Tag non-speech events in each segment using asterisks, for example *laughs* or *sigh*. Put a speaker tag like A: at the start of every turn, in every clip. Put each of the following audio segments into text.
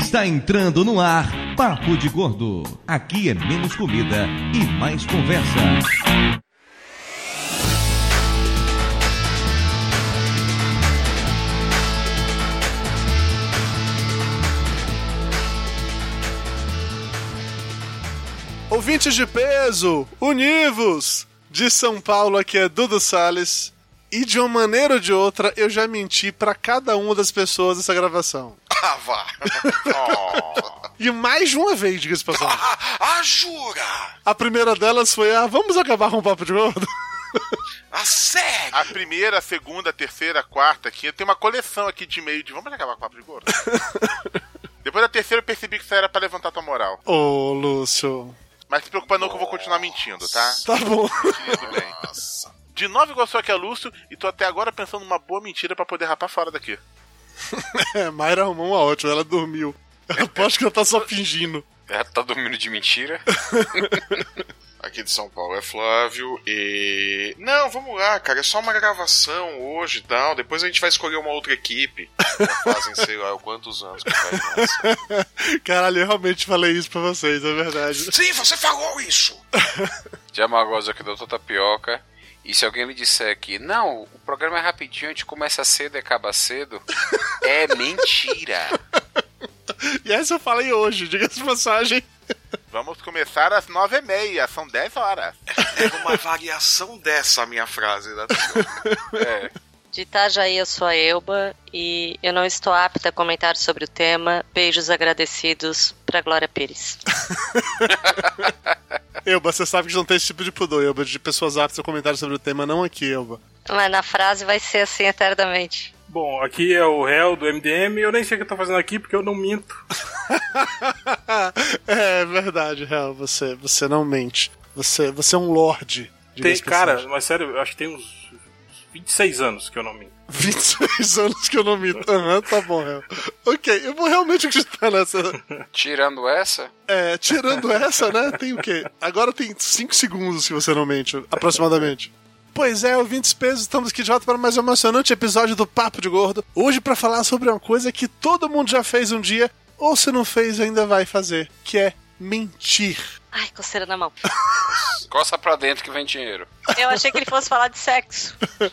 A: Está entrando no ar Papo de Gordo. Aqui é menos comida e mais conversa.
B: Ouvintes de peso, univos! De São Paulo, aqui é Dudu Salles. E de uma maneira ou de outra, eu já menti pra cada uma das pessoas dessa gravação.
C: Ah, vá. *laughs* Oh.
B: E mais de uma vez, diga-se passagem.
C: Ah, ah, jura?
B: A primeira delas foi a vamos acabar com o papo de gordo?
C: Ah, sério?
D: A primeira, a segunda, a terceira, a quarta, a quinta. Tem uma coleção aqui de e-mail de vamos acabar com o papo de gordo? Depois da terceira eu percebi que isso era pra levantar tua moral.
B: Ô, Lúcio.
D: Mas se preocupa não que eu vou continuar mentindo, tá?
B: Tá bom. *laughs*
D: Tudo bem. De novo igual só que é Lúcio e tô até agora pensando numa boa mentira pra poder rapar fora daqui.
B: É, Mayra arrumou uma ótima, ela dormiu. Eu aposto que ela tá só fingindo.
C: É, tá dormindo de mentira? *laughs* Aqui de São Paulo é Flávio e. Não, vamos lá, cara. É só uma gravação hoje e tal. Depois a gente vai escolher uma outra equipe. Já fazem, sei lá, quantos anos que faz
E: *laughs*
C: isso.
B: Caralho, eu realmente falei isso pra vocês, é verdade.
C: Sim, você falou isso!
E: De Amagosa aqui, doutor Tapioca. E se alguém lhe disser que não, o programa é rapidinho, a gente começa cedo e acaba
C: *laughs*
E: cedo, é mentira.
B: E essa eu falei hoje, diga-se de passagem.
D: Vamos começar às nove e meia, são dez horas.
C: É uma variação dessa a minha frase, né?
E: É.
F: De Itajaí, eu sou a Elba e eu não estou apta a comentar sobre o tema. Beijos agradecidos para
B: *laughs*
F: Glória Pires.
B: Elba, você sabe que não tem esse tipo de pudor, Elba, de pessoas aptas a comentar sobre o tema, não aqui, Elba. *laughs*
F: Mas na frase vai ser assim eternamente.
G: Bom, aqui é o réu do MDM. Eu nem sei o que eu tô fazendo aqui porque eu não minto.
B: é verdade, real, você, você não mente. Você, você é um lorde.
G: Tem,
B: diga-se de
G: cara,
B: passagem.
G: mas sério, eu acho que tem uns 26 anos que eu não minto.
B: 26 anos que eu não minto. Aham, tá bom, real. Ok, eu vou realmente acreditar nessa.
E: *laughs* Tirando essa,
B: É, tirando essa, né? Tem o quê? Agora tem 5 segundos que você não mente, aproximadamente. Pois é, ouvintes pesos, estamos aqui de volta para mais um emocionante episódio do Papo de Gordo. Hoje para falar sobre uma coisa que todo mundo já fez um dia, ou se não fez, ainda vai fazer, que é mentir. *laughs*
F: Ai, coceira na mão.
E: coça pra dentro que vem dinheiro.
F: Eu achei que ele fosse falar de sexo. Já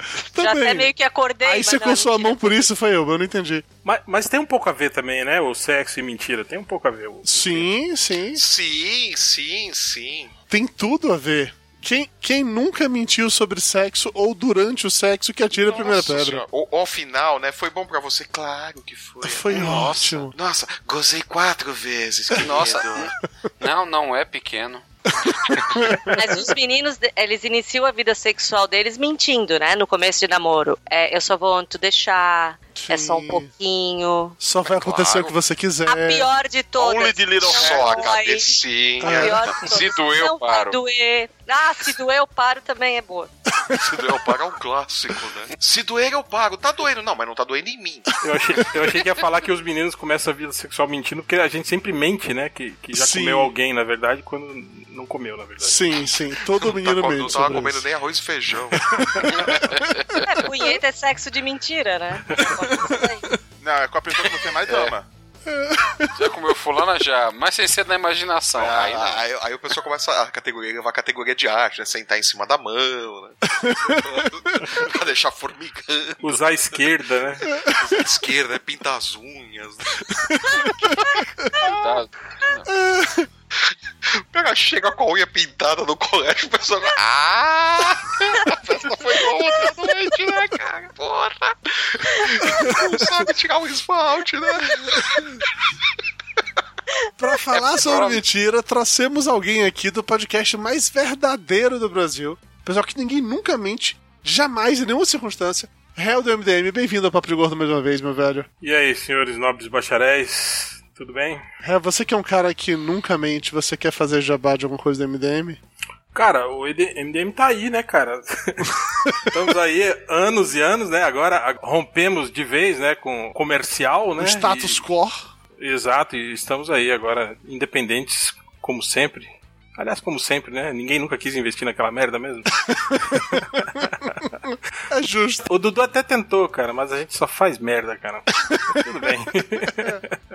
B: *laughs* Também.
F: até meio que acordei.
B: Aí
F: mas
B: você
F: não, é
B: coçou a
F: mentira.
B: mão por isso, foi eu, eu não entendi.
G: Mas, mas tem um pouco a ver também, né? O sexo e mentira. Tem um pouco a ver. O-
B: Sim, sim.
C: Sim, sim, sim.
B: Tem tudo a ver. Quem, quem nunca mentiu sobre sexo ou durante o sexo que atira a primeira
C: Nossa
B: pedra?
C: senhora. Ou, ou ao final, né? Foi bom pra você? Claro que foi.
B: Foi
C: Nossa.
B: ótimo.
C: Nossa, gozei quatro vezes. que
E: Nossa.
C: medo.
E: Não, não é pequeno.
B: *laughs*
F: Mas os meninos, de- eles iniciam a vida sexual deles mentindo, né? No começo de namoro. É, eu só vou onde tu deixar. É só
B: Sim. É.
F: um pouquinho.
B: Só vai acontecer
C: claro.
B: o que você quiser.
F: A pior de todas.
D: Only the little
F: Não é
C: Só a
F: dói. A
C: cabecinha.
F: pior de todas.
E: Se doer, eu
F: Não tá vai
E: paro.
F: doer. Ah, se doer, eu paro também é boa.
C: Se doer, eu pago é um clássico, né? Se doer, eu pago. Tá doendo. Não, mas não tá doendo em mim.
G: Eu achei, eu achei que ia falar que os meninos começam a vida sexual mentindo, porque a gente sempre mente, né? Que, que já
B: Sim.
G: comeu alguém, na verdade, quando não comeu, na verdade.
B: Sim, sim. Todo menino
C: tá,
B: mente.
C: não tava
B: sobre
C: comendo
B: isso.
C: nem arroz e feijão.
F: É, punheta é sexo de mentira, né? Pode ser também.
D: Não, é com a pessoa que você mais ama.
E: Já comeu fulana já, mas sem ser na imaginação. Aí não.
C: Ah, aí, aí o pessoal começa a categoria, a categoria de arte, né? Sentar em cima da mão, né? *laughs* pra deixar formigando
G: Usar a esquerda, né?
C: à esquerda, né? pintar as unhas. né?
E: Tá.
C: O cara chega com a unha pintada no colégio, o pessoal. Ah! *laughs* A festa foi outra noite, né, cara? Porra! Não sabe tirar o esmalte, né?
B: Pra
C: *laughs*
B: falar sobre mentira, trouxemos alguém aqui do podcast mais verdadeiro do Brasil. Pessoal que ninguém nunca mente, jamais, em nenhuma circunstância. Réu do MDM, bem-vindo ao Papo de Gordo mais uma vez, meu velho.
G: E aí, senhores nobres bacharéis, tudo bem?
B: Réu, você que é um cara que nunca mente, você quer fazer jabá de alguma coisa do MDM?
G: Cara, o ED MDM tá aí,
B: *laughs*
G: né, cara? Estamos aí anos e anos, né? Agora a- rompemos de vez, né, com comercial, né?
B: O status
G: E-
B: quo.
G: Exato, e estamos aí agora independentes, como sempre.
B: *laughs*
G: Aliás, como sempre, né? Ninguém nunca quis investir naquela merda mesmo.
B: É justo.
G: O Dudu até tentou, cara, mas a gente só faz merda, cara.
B: *laughs*
G: Tudo bem.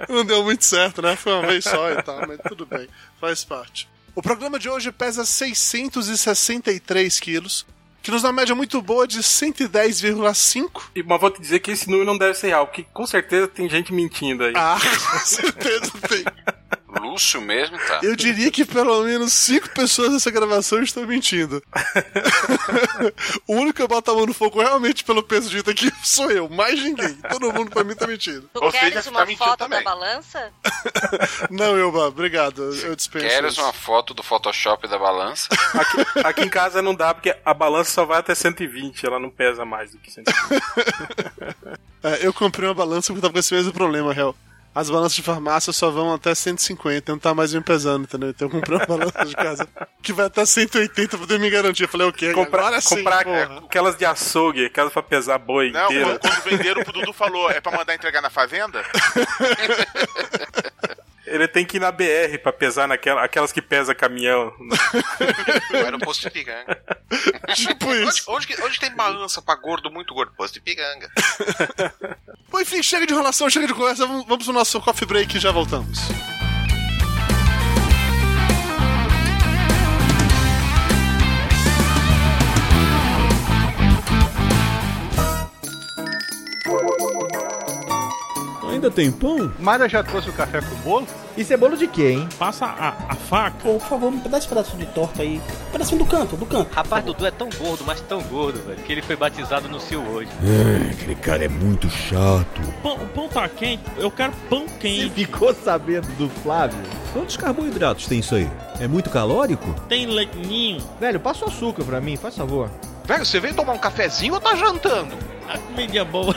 B: Não deu muito certo, né? Foi uma vez só e tal, mas tudo bem. Faz parte. O programa de hoje pesa 663 quilos, que nos dá uma média muito boa de 110,5.
G: E, mas vou te dizer que esse número não deve ser real, porque com certeza tem gente mentindo aí.
B: Ah, com certeza tem.
E: Lúcio mesmo, tá?
B: *laughs* Eu diria que pelo menos cinco pessoas nessa gravação estão mentindo. *laughs* o único que bota a mão no fogo realmente pelo peso dito aqui sou eu, mais ninguém. Todo mundo pra mim tá mentindo.
F: Tu
D: Ou seja,
F: queres
D: você tá
F: uma
D: mentindo
F: foto
D: também.
F: da balança?
B: Não, Elba, obrigado. Eu dispenso.
E: Queres
B: isso.
E: uma foto do Photoshop da balança?
G: Aqui, aqui em casa não dá, porque a balança só vai até 120, ela não pesa mais do que 120.
B: É, eu comprei uma balança porque tava com esse mesmo problema, real. As balanças de farmácia só vão até 150, não tá mais me pesando, entendeu? Então eu comprei uma balança de casa que vai até 180 pra poder me garantir. Eu falei, o quê?
G: Comprar,
B: Agora sim,
G: comprar é,
B: porra.
G: aquelas de açougue, aquelas pra pesar boi
D: Não,
G: inteira.
D: quando, quando venderam, o Dudu falou, é pra mandar entregar na fazenda?
G: Ele tem que ir na BR pra pesar naquela, aquelas que pesa caminhão.
C: Eu era um posto de piranga.
B: Tipo
E: *laughs*
C: Onde,
B: isso.
C: onde que- onde tem balança pra gordo, muito gordo? Posto de piranga.
B: Bom, enfim, chega de enrolação, chega de conversa. Vamos vamos pro nosso coffee break e já voltamos.
H: Ainda tem pão?
I: Mara já trouxe o café com bolo?
J: Isso é bolo de quê, hein?
H: Passa a, a faca.
K: Pô, por favor, me dá esse pedaço de torta aí. Um pedacinho do canto, do canto.
I: Rapaz, Dudu é tão gordo, mas tão gordo, velho, que ele foi batizado no Sil hoje.
J: Aquele cara é muito chato.
H: Pão, o pão tá quente? Eu quero pão
J: E
H: quente.
J: ficou sabendo do Flávio?
A: Quantos carboidratos tem isso aí? É muito calórico?
H: Tem leite ninho.
J: Velho, passa o açúcar pra mim, faz favor.
I: Velho, você veio tomar um cafezinho ou tá jantando?
H: A comida é boa.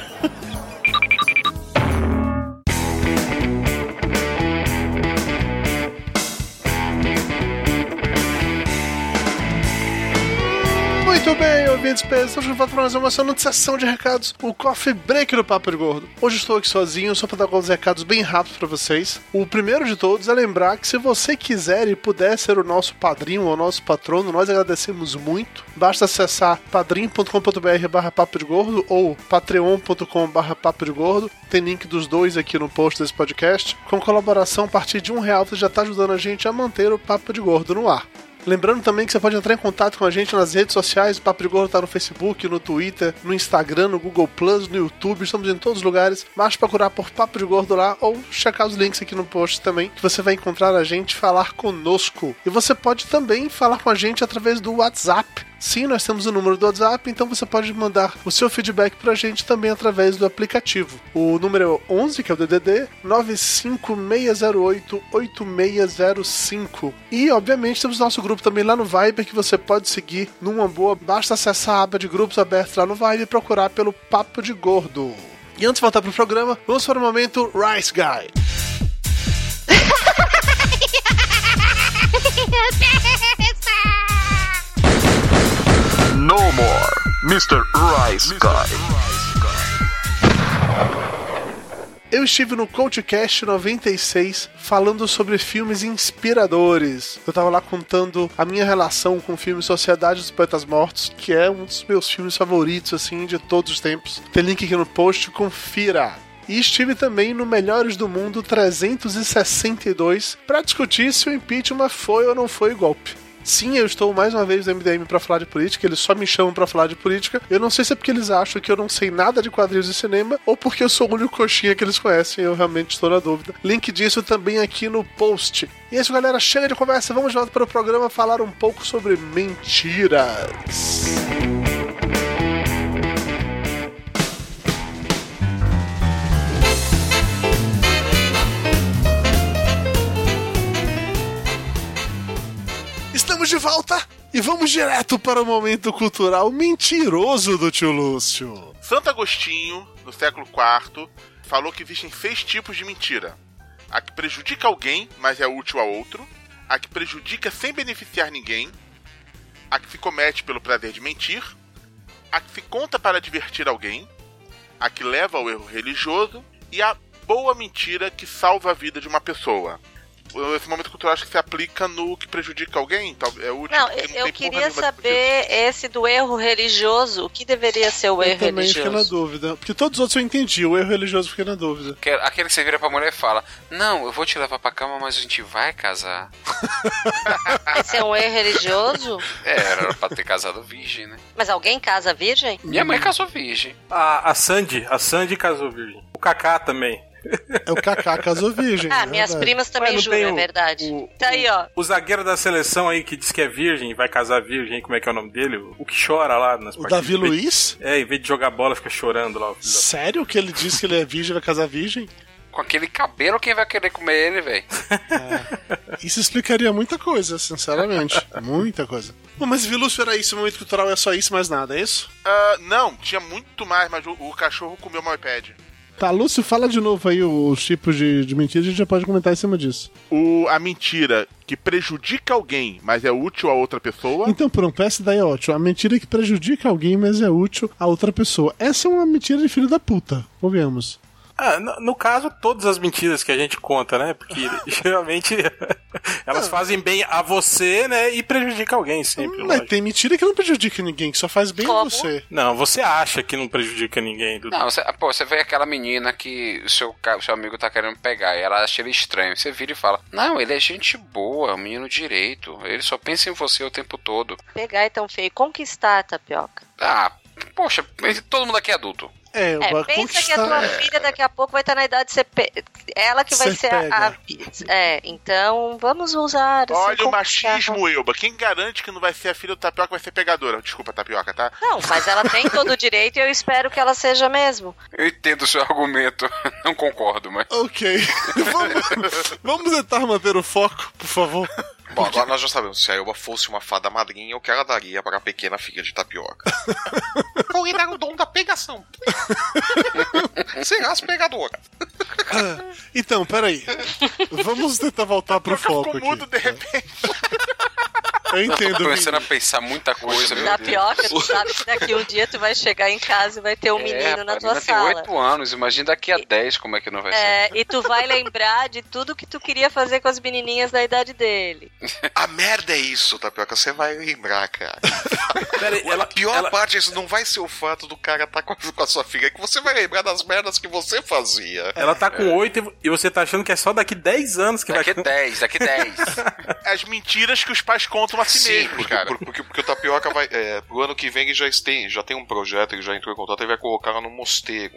B: Muito bem, ouvintes pesos, estamos de volta para mais uma sessão de sessão de recados, o Coffee Break do Papo de Gordo. Hoje estou aqui sozinho, só para dar alguns recados bem rápidos para vocês. O primeiro de todos é lembrar que se você quiser e puder ser o nosso padrinho ou nosso patrono, nós agradecemos muito. Basta acessar padrim.com.br barra papo de gordo ou patreon.com barra papo de gordo. Tem link dos dois aqui no post desse podcast. Com colaboração a partir de um real, você já está ajudando a gente a manter o Papo de Gordo no ar. Lembrando também que você pode entrar em contato com a gente nas redes sociais. O Papo de Gordo tá no Facebook, no Twitter, no Instagram, no Google Plus, no YouTube. Estamos em todos os lugares. Basta procurar por Papo de Gordo lá ou checar os links aqui no post também, que você vai encontrar a gente e falar conosco. E você pode também falar com a gente através do WhatsApp. Sim, nós temos o número do WhatsApp, então você pode mandar o seu feedback pra gente também através do aplicativo. O número é 11, que é o DDD, 95608-8605. E, obviamente, temos nosso grupo também lá no Viber, que você pode seguir numa boa. Basta acessar a aba de grupos abertos lá no Viber e procurar pelo Papo de Gordo. E antes de voltar pro programa, vamos para o momento Rice Guy.
D: No more, Mr. Rice Guy.
B: Eu estive no CoachCast 96 falando sobre filmes inspiradores. Eu tava lá contando a minha relação com o filme Sociedade dos Poetas Mortos, que é um dos meus filmes favoritos, assim, de todos os tempos. Tem link aqui no post, confira. E estive também no Melhores do Mundo 362 para discutir se o impeachment foi ou não foi golpe. Sim, eu estou mais uma vez no MDM pra falar de política, eles só me chamam pra falar de política. Eu não sei se é porque eles acham que eu não sei nada de quadrinhos de cinema ou porque eu sou o único coxinha que eles conhecem, eu realmente estou na dúvida. Link disso também aqui no post. E é isso, galera, chega de conversa, vamos de volta para o programa falar um pouco sobre mentiras. Estamos de volta e vamos direto para o momento cultural mentiroso do tio Lúcio.
D: Santo Agostinho, no século IV, falou que existem seis tipos de mentira: a que prejudica alguém, mas é útil a outro, a que prejudica sem beneficiar ninguém, a que se comete pelo prazer de mentir, a que se conta para divertir alguém, a que leva ao erro religioso e a boa mentira que salva a vida de uma pessoa. esse momento cultural acho que se aplica no que prejudica alguém, tal, é útil.
F: Não,
D: porque
F: eu,
D: tem porra
F: eu queria
D: nenhuma de
F: saber esse do erro religioso. O que deveria ser o
B: Eu
F: erro
B: também fiquei na
F: religioso?
B: dúvida. Porque todos os outros eu entendi, o erro religioso eu fiquei na dúvida.
E: Que- Aquele que você vira pra mulher e fala: Não, eu vou te levar pra cama, mas a gente vai casar.
F: Esse é um erro religioso?
E: É, era pra ter casado virgem, né?
F: Mas alguém casa virgem?
E: Minha mãe casou virgem.
G: A, a Sandy, a Sandy casou virgem. O Kaká também.
B: É o Kaká casou virgem.
F: *laughs* Ah, minhas primas também
G: Ué, não
F: juram,
G: tem
F: é
G: o-
F: verdade. tá aí, ó.
G: O zagueiro da seleção aí que diz que é virgem, vai casar virgem, como é que é o nome dele? O que chora lá nas
B: O Davi
G: Em vez-
B: Luiz?
G: É, em vez de jogar bola, fica chorando lá. o filho da-
B: Sério que ele disse que ele é virgem e vai casar virgem?
E: Com aquele cabelo, quem vai querer comer ele, velho?
B: Isso explicaria muita coisa, sinceramente. Muita coisa. Bom, mas Vilúcio era isso, o momento cultural é só isso, mais nada, é isso?
D: Ah, não, tinha muito mais, mas o, o cachorro comeu meu iPad.
B: Tá, Lúcio, fala de novo aí os tipos de, de mentiras, a gente já pode comentar em cima disso.
D: O, a mentira que prejudica alguém, mas é útil a outra pessoa.
B: Então pronto, essa daí é ótima. A mentira que prejudica alguém, mas é útil a outra pessoa. Essa é uma mentira de filho da puta, convenhamos.
G: Ah, no, no caso, todas as mentiras que a gente conta, né?
B: *laughs*
G: Porque geralmente *laughs* elas fazem bem a você, né? E prejudica alguém sempre.
B: Mas
G: lógico.
B: tem mentira que não prejudica ninguém, que só faz bem a você.
G: Não, você acha que não prejudica ninguém, Dudu.
E: Não, você, pô, você vê aquela menina que o seu, ca- seu amigo tá querendo pegar e ela acha ele estranho. Você vira e fala: Não, ele é gente boa, é um menino direito. Ele só pensa em você o tempo todo.
F: Pegar é tão feio. Conquistar, tapioca.
E: Ah, poxa, mas todo mundo aqui é adulto.
B: É,
F: É,
B: vai
F: pensa que a tua
B: conquistar-
F: filha daqui a pouco vai estar na idade de ser pe... ela que vai
B: Ser
F: ser a, a- É, então vamos usar. assim,
D: Olha o
F: conquistar.
D: machismo, Elba. Quem garante que não vai ser a filha do tapioca vai ser pegadora? Desculpa, tapioca, tá?
F: Não, mas ela tem todo o direito e eu espero que ela seja mesmo.
E: Eu entendo o seu argumento, *laughs* não concordo, mas.
B: Ok. *laughs* vamos, vamos tentar manter o foco, por favor.
C: Bom, agora nós já sabemos. Se a Elba fosse uma fada madrinha, o que ela daria para a pequena filha de tapioca?
I: Vou lhe dar o dom da pegação.
C: Serás pegadora.
B: Então, peraí. Vamos tentar voltar pro foco aqui.
D: de repente.
B: Eu entendo.
E: *laughs* Tô Tá começando
B: Vini.
E: a pensar muita coisa, meu Deus.
F: Tapioca, tu sabe que daqui um dia tu vai chegar em casa e vai ter um menino na
E: É, rapaz,
F: tua
E: ainda
F: sala.
E: tem 8 anos, imagina daqui a 10 como é que não vai ser.
F: É, e tu vai lembrar de tudo que tu queria fazer com as menininhas da idade dele.
C: A merda é isso, tapioca. Você vai lembrar, cara.
G: Peraí,
C: A pior parte é isso, não vai ser o fato do cara estar com, a- *laughs* com a sua filha, é que você vai lembrar das merdas que você
D: É
C: fazia.
G: Ela tá
C: É.
G: com oito e você tá achando que é só daqui 10 anos que
E: Daqui
G: vai.
E: 10, daqui 10.
D: As mentiras que os pais contam a si
C: Sim,
D: mesmos,
C: porque,
D: assim cara.
C: por- porque- porque o Tapioca vai. É, pro ano que vem ele já tem, já tem um projeto, ele já entrou em contato e vai colocar ela no mosteiro.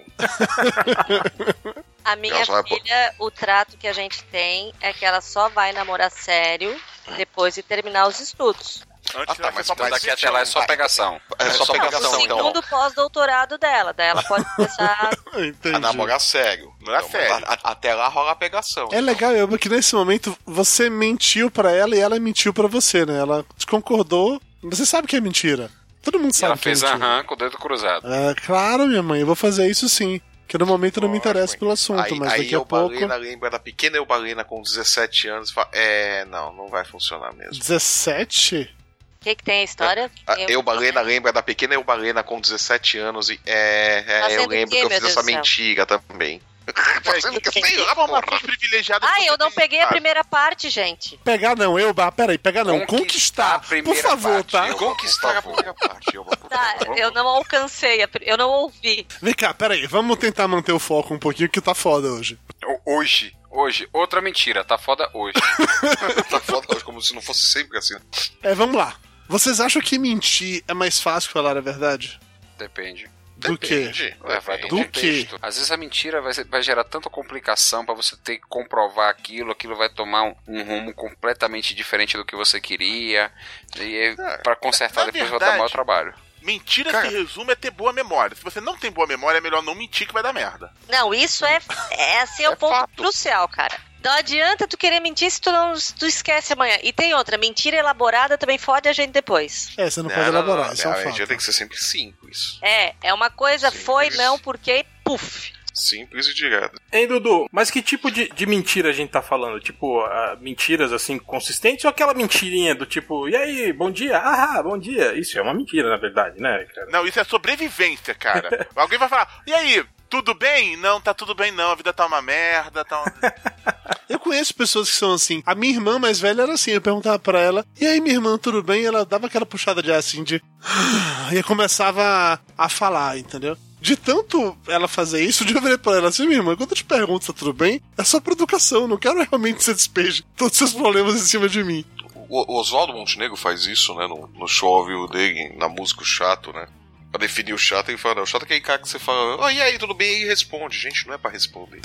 F: A minha
C: Ela vai-
F: filha, o trato que a gente tem é que ela só vai namorar sério depois de terminar os estudos.
D: Antes
C: Ah, tá,
D: ela
C: mas
D: só
E: Então daqui até lá é só pegação.
C: É só
F: Não,
C: pegação,
F: o
C: então.
F: segundo pós-doutorado dela. Daí ela pode começar.
B: Eu entendi.
C: A namorar sério.
D: Namorar
C: Então,
D: é sério.
C: a- a- até lá rola a pegação.
B: É legal, Elba, que nesse momento você mentiu pra ela e ela mentiu pra você, né? Ela concordou. Você sabe que é mentira. Todo mundo
E: E
B: sabe
E: ela
B: que é
E: fez
B: mentira.
E: aham com o dedo cruzado.
B: Ah, claro, minha mãe, eu vou fazer isso sim. Que no momento não me
C: Lógico,
B: interessa
C: hein?
B: pelo assunto,
C: aí,
B: mas
C: aí
B: daqui a
C: eu
B: pouco.
C: Balena lembra da pequena eu Balena com 17 anos e fala: É, não, não vai funcionar mesmo.
B: 17?
F: O *laughs* que, que tem a história?
C: A Ah, eu Balena lembra da pequena eu Balena com 17 anos e. É, é,
F: Fazendo
C: eu lembro
F: o quê,
C: que eu
F: meu
C: fiz
F: Deus
C: essa
F: do céu?
C: mentira *laughs* também. Fazendo que
D: Sei
C: sei lá,
D: lá, uma
C: porra.
D: coisa privilegiada.
F: Ah, eu não peguei a primeira parte, gente.
B: Pegar não, Elba, peraí, pegar não.
E: Conquistar a
B: Conquistar. Por
E: primeira
B: favor,
E: parte,
B: tá?
E: eu-
C: Conquistar a
E: Por favor.
C: primeira parte, Elba, por
F: Tá,
C: favor.
F: eu não alcancei, a pri- eu não ouvi.
B: Vem cá, peraí, vamos tentar manter o foco um pouquinho que tá foda hoje.
E: O- Hoje, hoje, outra mentira, tá foda hoje.
C: *laughs* Tá foda hoje, como se não fosse sempre assim.
B: É, vamos lá. Vocês acham que mentir é mais fácil que falar a verdade?
E: *laughs* Depende.
B: Do que?
C: Entendi.
E: É, vai do,
B: Do
E: contexto. Às vezes a mentira vai, ser- vai gerar tanta complicação pra você ter que comprovar aquilo, aquilo vai tomar um, um rumo completamente diferente do que você queria. E
D: É,
E: é, para
D: na
E: consertar depois vai
D: verdade-
E: dar maior trabalho.
D: Mentira
C: Cara.
D: se resume a ter boa memória. Se você não tem boa memória, é melhor não mentir que vai dar merda.
F: Não, isso é, é assim, é o ponto crucial, cara. Não adianta tu querer mentir se tu não se tu esquece amanhã. E tem outra, mentira elaborada também fode a gente depois.
B: É, você não, pode elaborar, isso é um
C: a mentira tem
B: fato.
C: que ser sempre simples.
F: É, é uma coisa
C: Sim,
F: foi,
C: isso.
F: não, porque, puf.
C: Simples e direto.
G: Hein, Dudu? Mas que tipo de, de mentira a gente tá falando? Tipo, ah, mentiras assim consistentes ou aquela mentirinha do tipo, e aí, bom dia? Ah, bom dia. Isso é uma mentira, na verdade, né, cara?
D: Não, isso é sobrevivência, cara.
C: *laughs*
D: Alguém vai falar, e aí, tudo bem? Não, tá tudo bem não, a vida tá uma merda, tá uma...
B: Eu conheço pessoas que são assim. A minha irmã mais velha era assim. Eu perguntava pra ela, e aí, minha irmã, tudo bem? Ela dava aquela puxada de ar assim, de. "Ah", E começava a, a falar, entendeu? De tanto ela fazer isso, de eu virei pra ela assim, minha irmã, quando eu te pergunto se tá tudo bem, é só por educação. eu Não quero realmente que você despeje todos os seus problemas em cima de mim.
C: O, o Oswaldo Montenegro faz isso, né? No, no show ao vivo dele, na música O Chato, né? Pra definir o chato, ele fala, não, o chato é aquele cara que você fala, oh, e aí, tudo bem? E responde. Gente, não é pra
B: *laughs*
C: responder.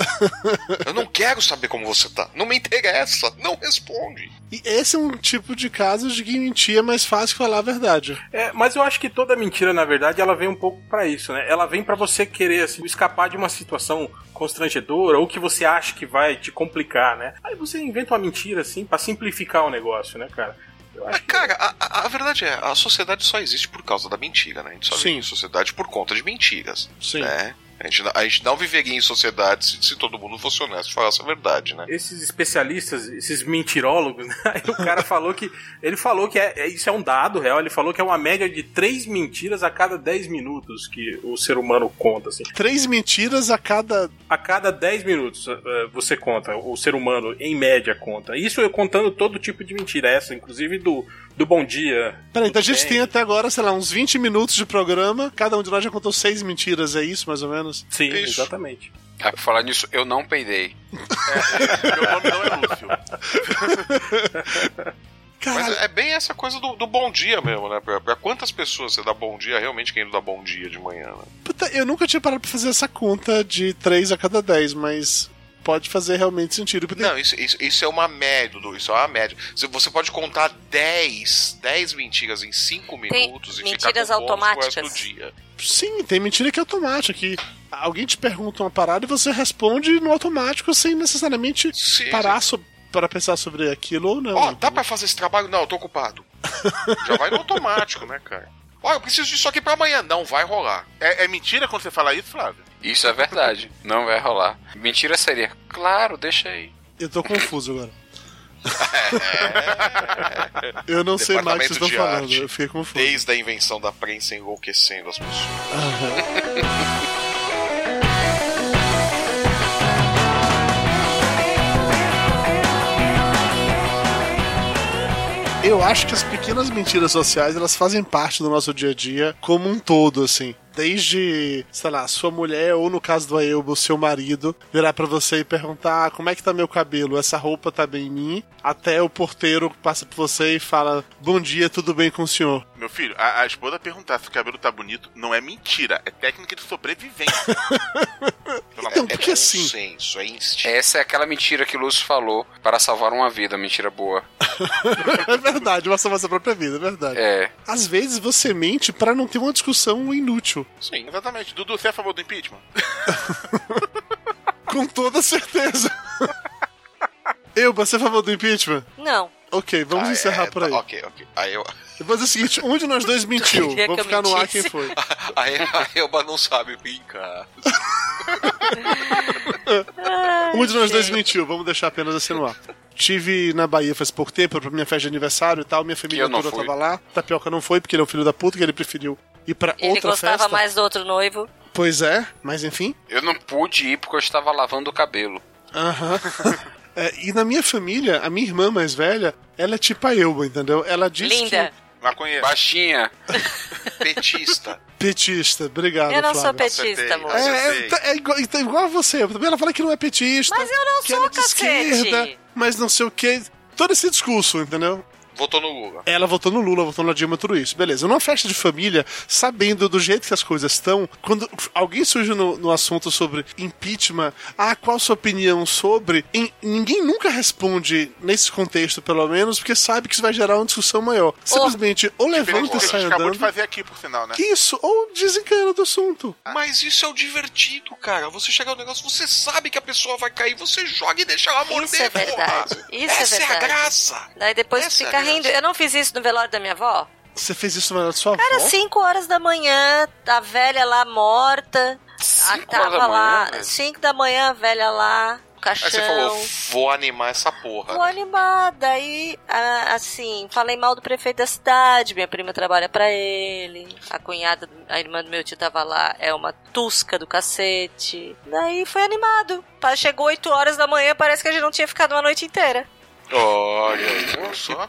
C: Eu não quero saber como você tá. Não me interessa. Não responde.
B: E esse é um tipo de caso de que mentir é mais fácil que falar a verdade.
G: É, mas eu acho que toda mentira, na verdade, ela vem um pouco pra isso, né? Ela vem pra você querer assim, escapar de uma situação constrangedora ou que você acha que vai te complicar, né? Aí você inventa uma mentira assim pra simplificar o negócio, né, cara? Eu
C: Mas,
G: acho que
C: cara, a, a- a verdade é, a sociedade só existe por causa da mentira, né? A gente só vive
B: Sim.
C: em sociedade por conta de mentiras.
B: Sim.
C: Né? A, gente, não- a gente não viveria em sociedade se, se todo mundo fosse honesto e falasse a verdade, né?
G: esses especialistas, esses mentirólogos, *laughs* né? Aí o cara falou que. Ele falou que é, é- isso é um dado real, ele falou que é uma média de três mentiras a cada 10 minutos que o ser humano conta, assim.
B: Três mentiras a cada.
G: A cada 10 minutos eh, você conta, o ser humano, em média, conta. Isso eu contando todo tipo de mentira, essa, inclusive do, do bom dia.
B: Peraí, então a gente tem até agora, sei lá, uns 20 minutos de programa. Cada um de nós já contou seis mentiras, é isso mais ou menos?
G: Sim,
B: Isso.
G: exatamente.
E: Ah, pra falar nisso, eu não peidei.
D: Meu nome não é Lúcio.
C: Mas é bem essa coisa do, do bom dia mesmo, né? Pra, pra quantas pessoas você dá bom dia realmente quem não dá bom dia de manhã, né?
B: Puta, eu nunca tinha parado pra fazer essa conta de três a cada dez, mas pode fazer realmente sentido. Porque tem-
C: Não, isso, isso, isso é uma média, Dudu, isso é uma média. Você- Você pode contar 10, 10 mentiras em 5
F: Tem
C: minutos e
F: mentiras
C: ficar com bônus pro resto do
F: automáticas.
C: dia.
B: Sim, tem mentira que é automática. Que alguém te pergunta uma parada e você responde no automático sem necessariamente parar so- para pensar sobre aquilo ou não.
C: Ó, tá dá pra fazer esse trabalho? Não, eu tô *laughs* ocupado. Já vai no automático, né, cara? Ó, eu preciso disso aqui pra amanhã. Não, vai rolar.
D: É, é mentira quando você fala isso, Flávio?
E: Isso é *laughs* verdade. não vai rolar. Mentira seria, claro, deixa aí.
B: Eu tô confuso agora. Eu não sei mais o que vocês estão falando, eu fiquei confuso.
C: Desde a invenção da prensa enlouquecendo as pessoas.
B: Eu acho que as pequenas mentiras sociais, elas fazem parte do nosso dia a dia como um todo, assim. Desde, sei lá, sua mulher ou no caso do Aelbo, seu marido, virar pra você e perguntar "Ah, como é que tá meu cabelo, essa roupa tá bem em mim, até o porteiro passa por você e fala bom dia, tudo bem com o senhor.
D: Meu filho, a, a esposa perguntar se o cabelo tá bonito não é mentira, é técnica de sobrevivência.
C: *laughs*
B: Então, porque assim. *laughs*
C: Senso, é instinto.
E: Essa é aquela mentira que o Lúcio falou para salvar uma vida, mentira boa.
B: é verdade, uma salvação própria vida, é verdade.
E: É.
B: Às vezes você mente pra não ter uma discussão inútil.
D: Sim, exatamente. Dudu, você é a favor do impeachment?
B: Com toda
F: *laughs*
B: certeza. Eu, você é a favor do impeachment?
F: Não.
B: Ok, vamos
C: Ah,
B: encerrar
C: é,
B: por aí.
C: tá, Ok, ok. Aí eu,
B: Eu vou fazer o seguinte: um de nós dois mentiu.
F: Queria que
B: Vamos
F: *laughs* eu
B: ficar no ar quem
F: mentisse. *laughs*
B: foi.
C: aí, *laughs* a Elba não sabe brincar.
F: Ah,
B: Um de nós dois mentiu, vamos deixar apenas assim no ar. Tive na Bahia faz pouco tempo, pra minha festa de aniversário e tal, minha família
E: eu não
B: toda
E: fui.
B: tava lá. Tapioca não foi, porque ele é um filho da puta, que ele preferiu ir pra
F: Ele
B: outra
F: gostava
B: festa.
F: mais do outro noivo.
B: Pois é, mas enfim.
E: Eu não pude ir porque eu estava lavando o cabelo.
B: Aham. É, e na minha família, a minha irmã mais velha, ela é tipo a eu, entendeu? Ela diz é
F: Linda.
D: Maconheiro.
E: Baixinha.
C: Petista.
B: que... Petista, obrigado,
F: eu não sou
B: tá Flávio.
F: petista, amor.
B: É, é, tá- é igual, então, igual a você. Eu Também ela fala que não é petista.
F: Mas eu não
B: que
F: sou,
B: ela é de
F: cacete.
B: esquerda, mas não sei o quê. Todo esse discurso, entendeu?
C: Votou no Lula.
B: Ela votou no Lula, votou na Dilma, tudo isso. Beleza. Numa festa de família, sabendo do jeito que as coisas estão, quando alguém surge no, no assunto sobre impeachment, ah, qual a sua opinião sobre. em- ninguém nunca responde nesse contexto, pelo menos, porque sabe que isso vai gerar uma discussão maior. Simplesmente, ou
D: Diferente
B: levanta
D: do
B: e
D: que a
B: sai
D: gente acabou de
B: andando.
D: fazer aqui, por sinal, né?
B: Que isso? Ou desencana do assunto.
C: Mas isso é o divertido, cara. Você chega ao negócio, você sabe que a pessoa vai cair, você joga e deixa ela morder,
F: Isso é
C: porra.
F: verdade. Isso é
C: Essa é a
F: verdade.
C: graça.
F: Daí depois
C: Essa é
F: fica
C: a
F: rindo.
C: graça.
F: Eu não fiz isso no velório da minha avó.
B: Você fez isso na sua
F: Cara,
B: avó?
F: 5 horas da manhã, a velha lá morta. A
E: Cinco
F: tava
E: horas da manhã,
F: lá,
E: velho?
F: 5 da manhã, a velha lá. caixão.
C: Aí você falou, vou animar essa porra.
F: Tô animada. Aí, a- assim, falei mal do prefeito da cidade, minha prima trabalha pra ele, a cunhada, a irmã do meu tio tava lá, é uma tusca do cacete. Daí foi animado. Pa- Chegou 8 horas da manhã, parece que a gente não tinha ficado uma noite inteira.
C: Olha, viu só.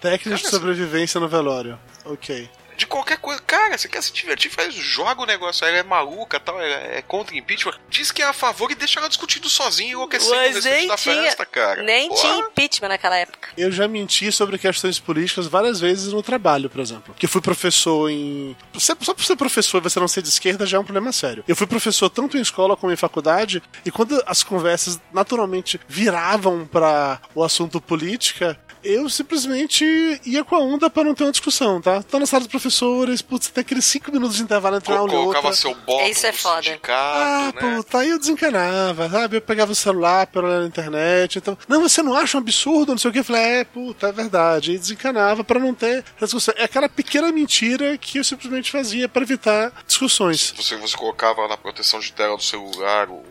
B: Técnicas de sobrevivência no velório. Ok.
C: De qualquer coisa, cara, você quer se divertir, faz, joga o negócio. Ela é maluca tal, é, é contra impeachment. Diz que é a favor e deixa ela discutindo sozinha, enlouquecendo nesse da festa, cara.
F: nem
C: Porra.
F: tinha impeachment naquela época.
B: Eu já menti sobre questões políticas várias vezes no trabalho, por exemplo. Que fui professor em. Você- Só por ser professor e você não ser de esquerda já é um problema sério. Eu fui professor tanto em escola como em faculdade, e quando as conversas naturalmente viravam para o assunto política. Eu simplesmente ia com a onda pra não ter uma discussão, tá? Tá na sala dos professores, putz, tem aqueles cinco minutos de intervalo entre uma aula e outra.
C: Colocava seu bolo
F: Isso é foda.
C: né?
B: Ah, puta, aí eu desencanava, sabe? Eu pegava o celular pra olhar na internet, então, não, você não acha um absurdo, não sei o que, eu falei, é, puta, é verdade, e desencanava pra não ter discussão. É aquela pequena mentira que eu simplesmente fazia pra evitar discussões.
C: Você, você colocava na proteção de tela do celular o,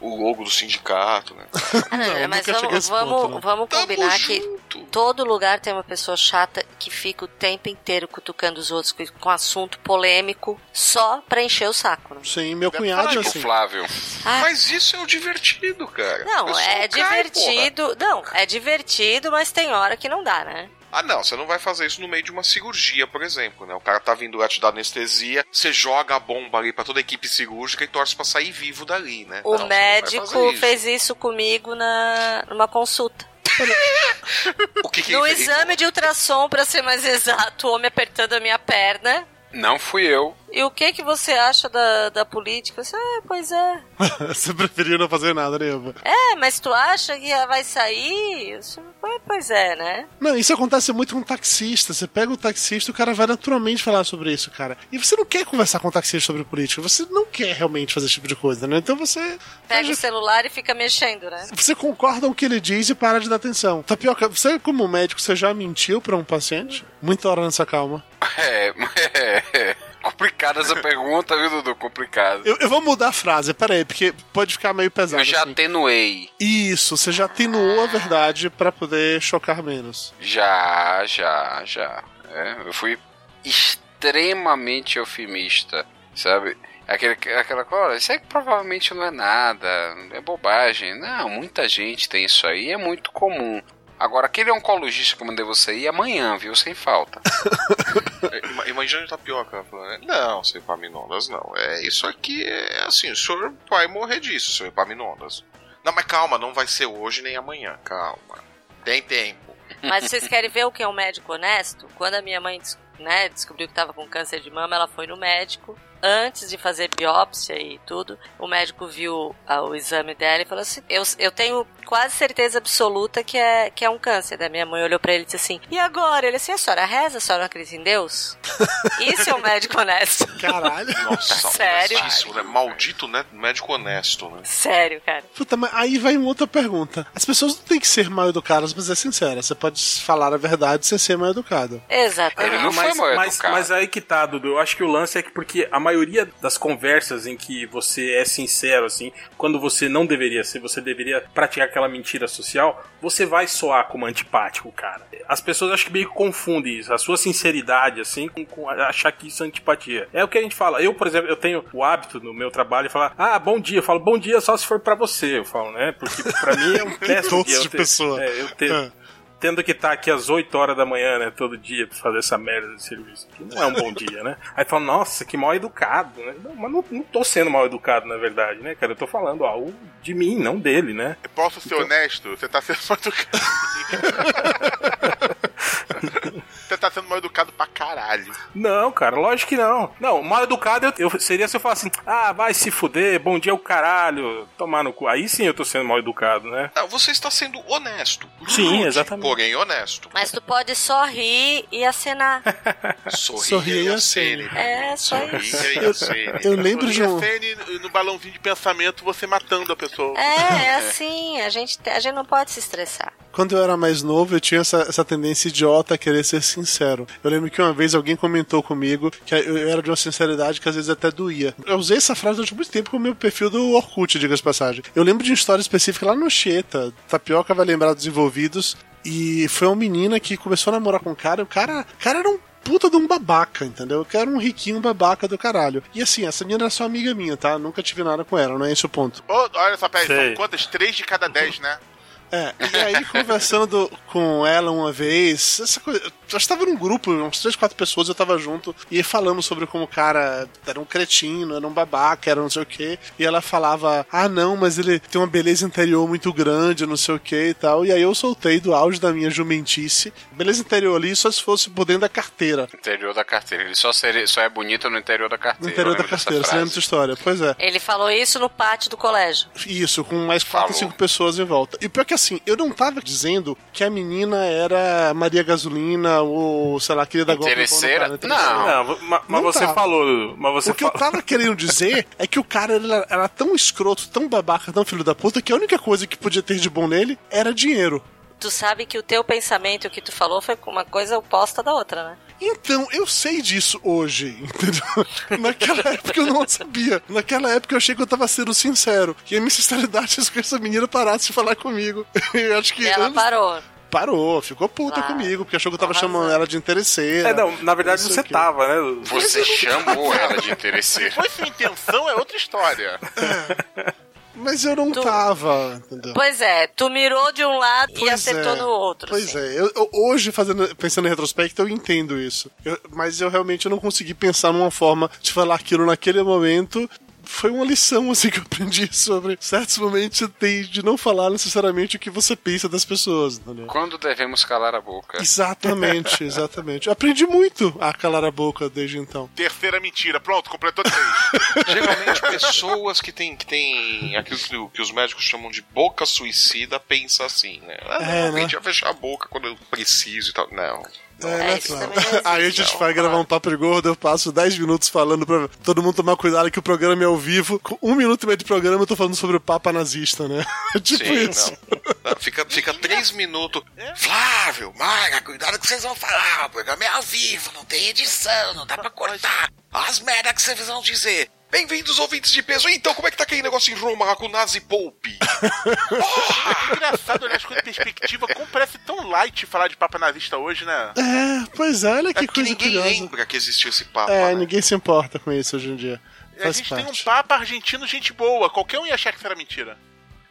C: o logo do sindicato, né?
F: Ah, não,
C: Não,
F: mas
C: nunca cheguei a
F: vamos,
C: esse
F: vamos,
C: ponto, né?
F: vamos combinar que todo lugar tem uma pessoa chata que fica o tempo inteiro cutucando os outros com- com assunto polêmico só pra encher o saco. né?
B: Sim, meu
C: Dá
B: cunhado
C: pra
B: é
C: ir pro
B: assim.
C: Flávio.
F: Ah.
C: Mas isso é o divertido, cara. O
F: Não,
C: pessoal
F: é
C: cai, porra.
F: divertido. não, é divertido, mas tem hora que não dá, né?
C: Ah, não, você não vai fazer isso no meio de uma cirurgia, por exemplo, né? O cara tá vindo lá te dar anestesia, você joga a bomba ali pra toda a equipe cirúrgica e torce pra sair vivo dali, né?
F: O
C: Não, você não vai fazer
F: médico
C: isso.
F: fez isso comigo na numa consulta.
C: O que que
F: no
C: ele fez?
F: exame de ultrassom, pra ser mais exato, o homem apertando a minha perna.
E: Não fui eu.
F: E o que que você acha da, da política? Eu disse, ah, pois é.
B: *laughs* você preferiu não fazer nada, né, Eva?
F: É, mas tu acha que ela vai sair? Eu disse, "Pois- pois é, né?
B: Não, isso acontece muito com taxista. Você pega o taxista, o cara vai naturalmente falar sobre isso, cara. E você não quer conversar com o taxista sobre política, você não quer realmente fazer esse tipo de coisa, né? Então você
F: Pega o celular e fica mexendo, né?
B: Você concorda com o que ele diz e para de dar atenção. Tapioca, você como médico, você já mentiu pra um paciente? Muita hora nessa calma.
E: É, *laughs* é, é. Complicada essa pergunta, viu, Dudu? Complicado.
B: Eu, eu vou mudar a frase, peraí, porque pode ficar meio pesado.
E: Eu já
B: assim.
E: atenuei.
B: Isso, você já atenuou a verdade pra poder chocar menos.
E: Já, já, já. É, eu fui extremamente eufemista, sabe? Aquele, aquela coisa, "Olha, isso aí provavelmente não é nada, é bobagem. Não, muita gente tem isso aí, é muito comum. Agora, aquele oncologista que eu mandei você ir amanhã, viu? Sem falta.
C: É, ima- Imagina o tapioca falando, né? Não, seu Epaminondas, não. É isso aqui é assim, o senhor vai morrer disso, seu Epaminondas. Não, mas calma, não vai ser hoje nem amanhã, calma. Tem tempo.
F: Mas vocês querem ver o que é um médico honesto? Quando a minha mãe des- né, descobriu que estava com câncer de mama, ela foi no médico. Antes de fazer biópsia e tudo, o médico viu ah, o exame dela e falou assim: Eu, eu tenho quase certeza absoluta que é, que é um câncer. Da minha mãe olhou pra ele e disse assim: E agora? Ele assim: A senhora reza, a senhora acredita em Deus? Isso é um médico honesto.
E: *laughs*
B: Caralho.
C: Nossa,
F: Sério?
C: honestíssimo, né? Maldito né? médico honesto, né?
F: Sério, cara.
B: Puta, mas aí vai uma outra pergunta. As pessoas não têm que ser mal educadas, mas é sincera. Você pode falar a verdade sem ser mal educado.
F: Exatamente.
G: Ah, mas, mas, mas aí que tá, Dudu. Eu acho que o lance é que porque a maioria das conversas em que você é sincero, assim, quando você não deveria ser, você deveria praticar aquela mentira social, você vai soar como antipático, cara. As pessoas acho que meio que confundem isso, a sua sinceridade, assim, com, com achar que isso é antipatia. É o que a gente fala. Eu, por exemplo, eu tenho o hábito no meu trabalho de falar, ah, bom dia. Eu falo, bom dia só se for pra você, eu falo, né? Porque pra mim é um péssimo
B: Doce
G: dia. Eu
B: de
G: te-
B: pessoa.
G: É, eu te-
B: Ah.
G: tendo que estar aqui às 8 horas da manhã, né, todo dia pra fazer essa merda de serviço, que não é
B: *laughs*
G: um bom dia, né? Aí fala, nossa, que mal educado, né? Não, mas não, não tô sendo mal educado, na verdade, né, cara? Eu tô falando algo de mim, não dele, né?
D: Posso
B: Então-
D: ser honesto? Você tá sendo mal
B: *laughs*
D: educado. Você tá sendo mal educado pra caralho.
G: Não, cara, lógico que não. Não, mal educado eu, eu seria se eu falasse assim, ah, vai se fuder, bom dia o caralho, tomar no cu. Aí sim eu tô sendo mal educado, né?
C: Não, você está sendo honesto.
G: Sim,
C: Rude,
G: exatamente.
C: Porém honesto.
F: Mas tu pode só rir
B: *laughs*
F: e acenar.
C: Sorria e acene.
F: É, só isso.
B: eu lembro de um-
D: Acene no balãozinho de pensamento, você matando a pessoa.
F: É, é assim. A gente, te- a gente não pode se estressar.
B: Quando eu era mais novo, eu tinha essa, essa tendência idiota a querer ser sincero. Eu lembro que uma vez alguém comentou comigo que eu eu era de uma sinceridade que às vezes até doía. Eu usei essa frase durante muito tempo com o meu perfil do Orkut, diga-se de passagem. Eu lembro de uma história específica lá no Xeta. Tapioca vai lembrar dos envolvidos. E foi uma menina que começou a namorar com um cara. E o cara, o cara era um puta de um babaca, entendeu? Que era um riquinho babaca do caralho. E assim, essa menina era só amiga minha, tá? Nunca tive nada com ela, não é esse o ponto.
D: Ô, olha só, peraí,
B: Sei.
D: são quantas? Três de cada dez, né?
B: É, e aí conversando com ela uma vez, essa coisa, eu estava num grupo, umas três, quatro pessoas, eu estava junto, e falamos sobre como o cara era um cretino, era um babaca, era não sei o quê, e ela falava, ah não, mas ele tem uma beleza interior muito grande, não sei o quê e tal, e aí eu soltei do auge da minha jumentice, beleza interior ali só se fosse por dentro da carteira,
E: Interior da carteira. Ele só, seria, só é bonito no interior da carteira.
B: no interior
E: eu
B: da
E: lembro dessa
B: carteira, você lembra
E: frase.
B: dessa história, pois é.
F: Ele falou isso no pátio do colégio.
B: Isso, com mais quatro, cinco pessoas em volta. E pior que assim, eu não tava dizendo que a menina era Maria Gasolina ou, sei lá, queria dar golpe no pão do cara,
E: Interesseira?
B: interesseira.
G: Não, vo- ma- mas você
B: tava.
G: falou, Dudu, mas você
B: tá. O que eu
G: falou.
B: tava querendo dizer é que o cara era, era tão escroto, tão babaca, tão filho da puta, que a única coisa que podia ter de bom nele era dinheiro.
F: Tu sabe que o teu pensamento e o que tu falou foi uma coisa oposta da outra, né?
B: Então, eu sei disso hoje, *laughs* entendeu? Naquela época eu não sabia. Naquela época eu achei que eu tava sendo sincero. E a minha sinceridade *laughs* fez com que essa menina parasse de falar comigo. *laughs* Eu acho que.
F: Ela
B: anos-
F: parou.
B: Parou, ficou
F: Ah,
B: puta comigo, porque achou que eu tava chamando ela de interesseira.
G: É, não, na verdade você tava, né? Dudu?
E: Você chamou ela de interesseira.
D: Foi sua intenção, é outra história.
B: Mas eu não tava, entendeu?
F: Pois é, tu mirou de um lado e acertou
B: é.
F: no outro. assim.
B: Pois é, eu, eu- hoje, fazendo, pensando em retrospecto, eu entendo isso. Eu- mas eu realmente não consegui pensar numa forma de falar aquilo naquele momento. Foi uma lição, *laughs* assim, que eu aprendi sobre certos momentos de ter- de não falar necessariamente o que você pensa das pessoas, entendeu?
F: *laughs*
E: Quando devemos calar a boca?
B: Exatamente, exatamente. Eu aprendi muito a calar a boca desde então.
D: Terceira mentira, pronto, completou três.
C: Geralmente pessoas que têm que tem aquilo que, o- que os médicos chamam de boca suicida pensa assim, né? Ah,
B: É,
C: não,
B: né?
C: A gente vai fechar a boca quando eu preciso e tal. Não.
B: É, né, Flávio? *laughs* Aí a gente vai gravar um papo de gordo, eu passo 10 minutos falando pra todo mundo tomar cuidado que o programa é ao vivo. Com um minuto e meio de programa eu tô falando sobre o Papa nazista, né? *laughs* tipo
C: Sim,
B: isso.
C: não. Não, Fica, fica três minutos. Flávio, Maga, cuidado com o que vocês vão falar. O programa é ao vivo, não tem edição, não dá pra cortar. As merda que vocês vão dizer. Bem-vindos, ouvintes de peso. Então, como é que tá aquele negócio em Roma com o Nazi Pope?
D: É *laughs* engraçado olhar as coisas em perspectiva. Como parece tão light falar de papa nazista hoje, né?
B: *laughs* É, pois é, olha que coisa
C: ninguém
B: curiosa.
C: lembra que existiu esse papo. né?
B: é, ninguém se importa com isso hoje em dia.
D: A
B: Faz
D: gente
B: parte.
D: tem um papa argentino, gente boa. Qualquer um ia achar que isso era mentira.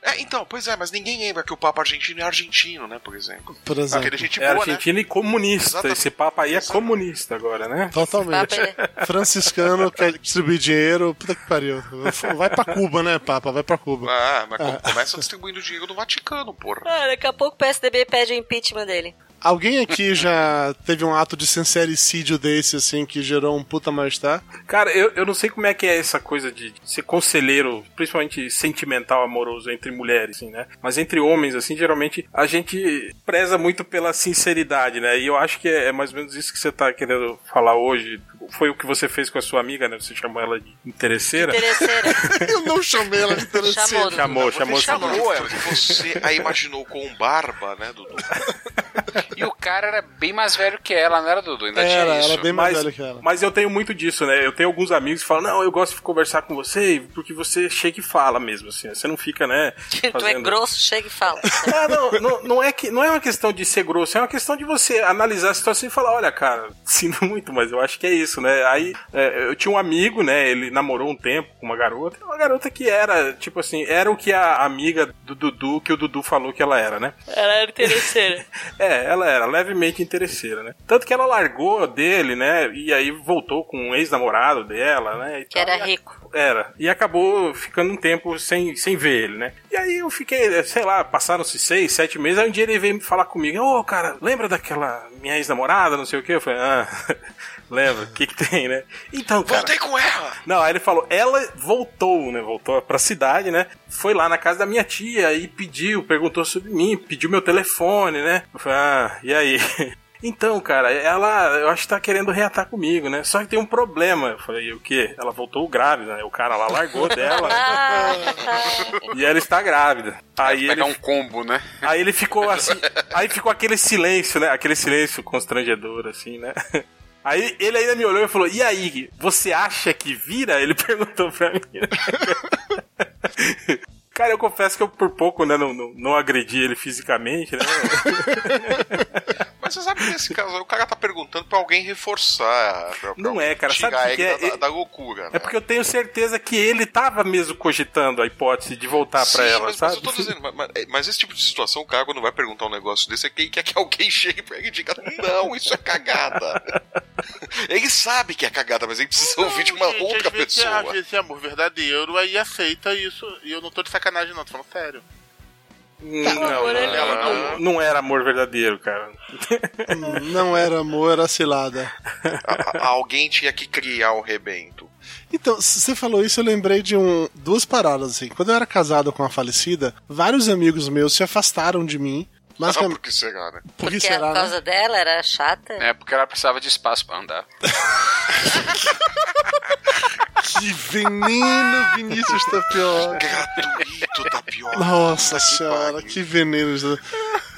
C: É, então, pois é, mas ninguém lembra que o Papa argentino é argentino, né, por exemplo.
B: Por exemplo.
D: Aquele gente
G: É
D: boa, né?
G: argentino e comunista.
C: Exatamente.
G: Esse papa aí é comunista agora, né?
B: *laughs* Totalmente. Franciscano quer distribuir dinheiro, puta que pariu. Vai pra Cuba, né, Papa? Vai pra Cuba.
C: Ah, mas
B: Ah.
C: começa distribuindo dinheiro do Vaticano, porra.
F: Ah, daqui a pouco o PSDB pede o impeachment dele.
B: Alguém aqui já teve um ato de sincericídio desse, assim, que gerou um puta mal-estar?
G: Cara, eu, eu não sei como é que é essa coisa de ser conselheiro, principalmente sentimental, amoroso, entre mulheres, assim, né? Mas entre homens, assim, geralmente a gente preza muito pela sinceridade, né? E eu acho que é, é mais ou menos isso que você tá querendo falar hoje. Foi o que você fez com a sua amiga, né? Você chamou ela de interesseira.
F: Interesseira.
B: *laughs* Eu não chamei ela de interesseira.
G: Chamou, chamou,
C: Você
G: chamou.
C: chamou ela, que você a imaginou com um barba, né,
G: *laughs*
C: Dudu?
E: E o cara era bem mais velho que ela, não era, Dudu? Ainda
B: Era,
E: tinha isso.
B: era bem mais velha que ela.
G: Mas eu tenho muito disso, né? Eu tenho alguns amigos que falam, não, eu gosto de conversar com você, porque você chega e fala mesmo, assim. né? Você não fica, né?
F: *laughs* *laughs* Tu é
G: fazendo-
F: grosso, chega e fala.
G: É, não, não, não é que, não é uma questão de ser grosso, é uma questão de você analisar a situação e falar, olha, cara, *laughs* sinto muito, mas eu acho que é isso, né? Aí é, eu tinha um amigo, né? Ele namorou um tempo com uma garota, uma garota que era, tipo assim, era o que a amiga do Dudu, que o Dudu falou que ela era, né?
F: Ela era interesseira.
G: É, ela era levemente interesseira, né? Tanto que ela largou dele, né? E aí voltou com um ex-namorado dela, né? e
F: Que
G: tal.
F: era rico.
G: Era. E acabou ficando um tempo sem, sem ver ele, né? E aí eu fiquei, eh, sei lá, passaram-se seis, sete meses. Aí um dia ele veio me falar comigo: Ô, cara, lembra daquela minha ex-namorada, não sei o quê? Eu falei: Ah, *laughs* lembra, o que, que tem, né? Então, cara.
C: Voltei com ela!
G: Não, aí ele falou, ela voltou, né? Voltou pra cidade, né? Foi lá na casa da minha tia e pediu, perguntou sobre mim, pediu meu telefone, né? Eu falei, ah, e aí? *laughs* Então, cara, ela, eu acho que tá querendo reatar comigo, né? Só que tem um problema. Eu falei, o quê? Ela voltou grávida, né? O cara lá largou dela.
E: *laughs*
B: *laughs*
F: Ah, tá.
G: e ela está grávida. Aí
E: pegar
G: ele,
E: um combo, né?
G: aí ele ficou assim. Aí ficou aquele silêncio, né? Aquele silêncio constrangedor, assim, né? Aí ele ainda me olhou e falou: E aí, você acha que vira? Ele *laughs* perguntou pra mim. né? Cara, eu confesso que eu por pouco né, não, não, não agredi ele fisicamente, né?
C: Mas você sabe que nesse caso o cara tá perguntando pra alguém reforçar. Pra, pra
G: Não é, cara,
C: tirar
G: sabe o que
C: ele
G: é?
C: da,
G: É-
C: da loucura, né?
G: É porque eu tenho certeza que ele tava mesmo cogitando a hipótese de voltar tá pra
C: Sim,
G: ela,
C: mas,
G: sabe?
C: mas eu tô dizendo, mas, mas- mas esse tipo de situação, o cara quando vai perguntar um negócio desse, é quem quer que alguém *laughs* chegue pra ele e diga, não, isso é
G: *laughs*
C: cagada. ele sabe que é cagada, mas ele precisa ouvir de uma
D: Gente,
C: outra
D: às vezes, é- Às
C: pessoa.
D: vezes é amor verdadeiro, aí aceita isso. E eu não tô de sacanagem, não, tô falando sério.
G: Não, não,
D: ele
C: é
G: não, não era amor verdadeiro, cara.
B: hum, Não era amor, era cilada.
C: A- a- alguém tinha que criar o rebento.
B: Então, se você falou isso, eu lembrei de um, duas paradas, assim. Quando eu era casado com a falecida, vários amigos meus se afastaram de mim. Mas
C: Ah, por que será, *laughs*
B: por
C: né?
B: que
F: Porque a
B: será, né?
F: causa *laughs* dela era chata.
E: É porque ela precisava de espaço pra andar.
B: Que veneno, Vinícius Tapioca.
C: Gratuito, tapioca.
B: Nossa
C: Puta que
B: senhora,
C: pariu.
B: que veneno.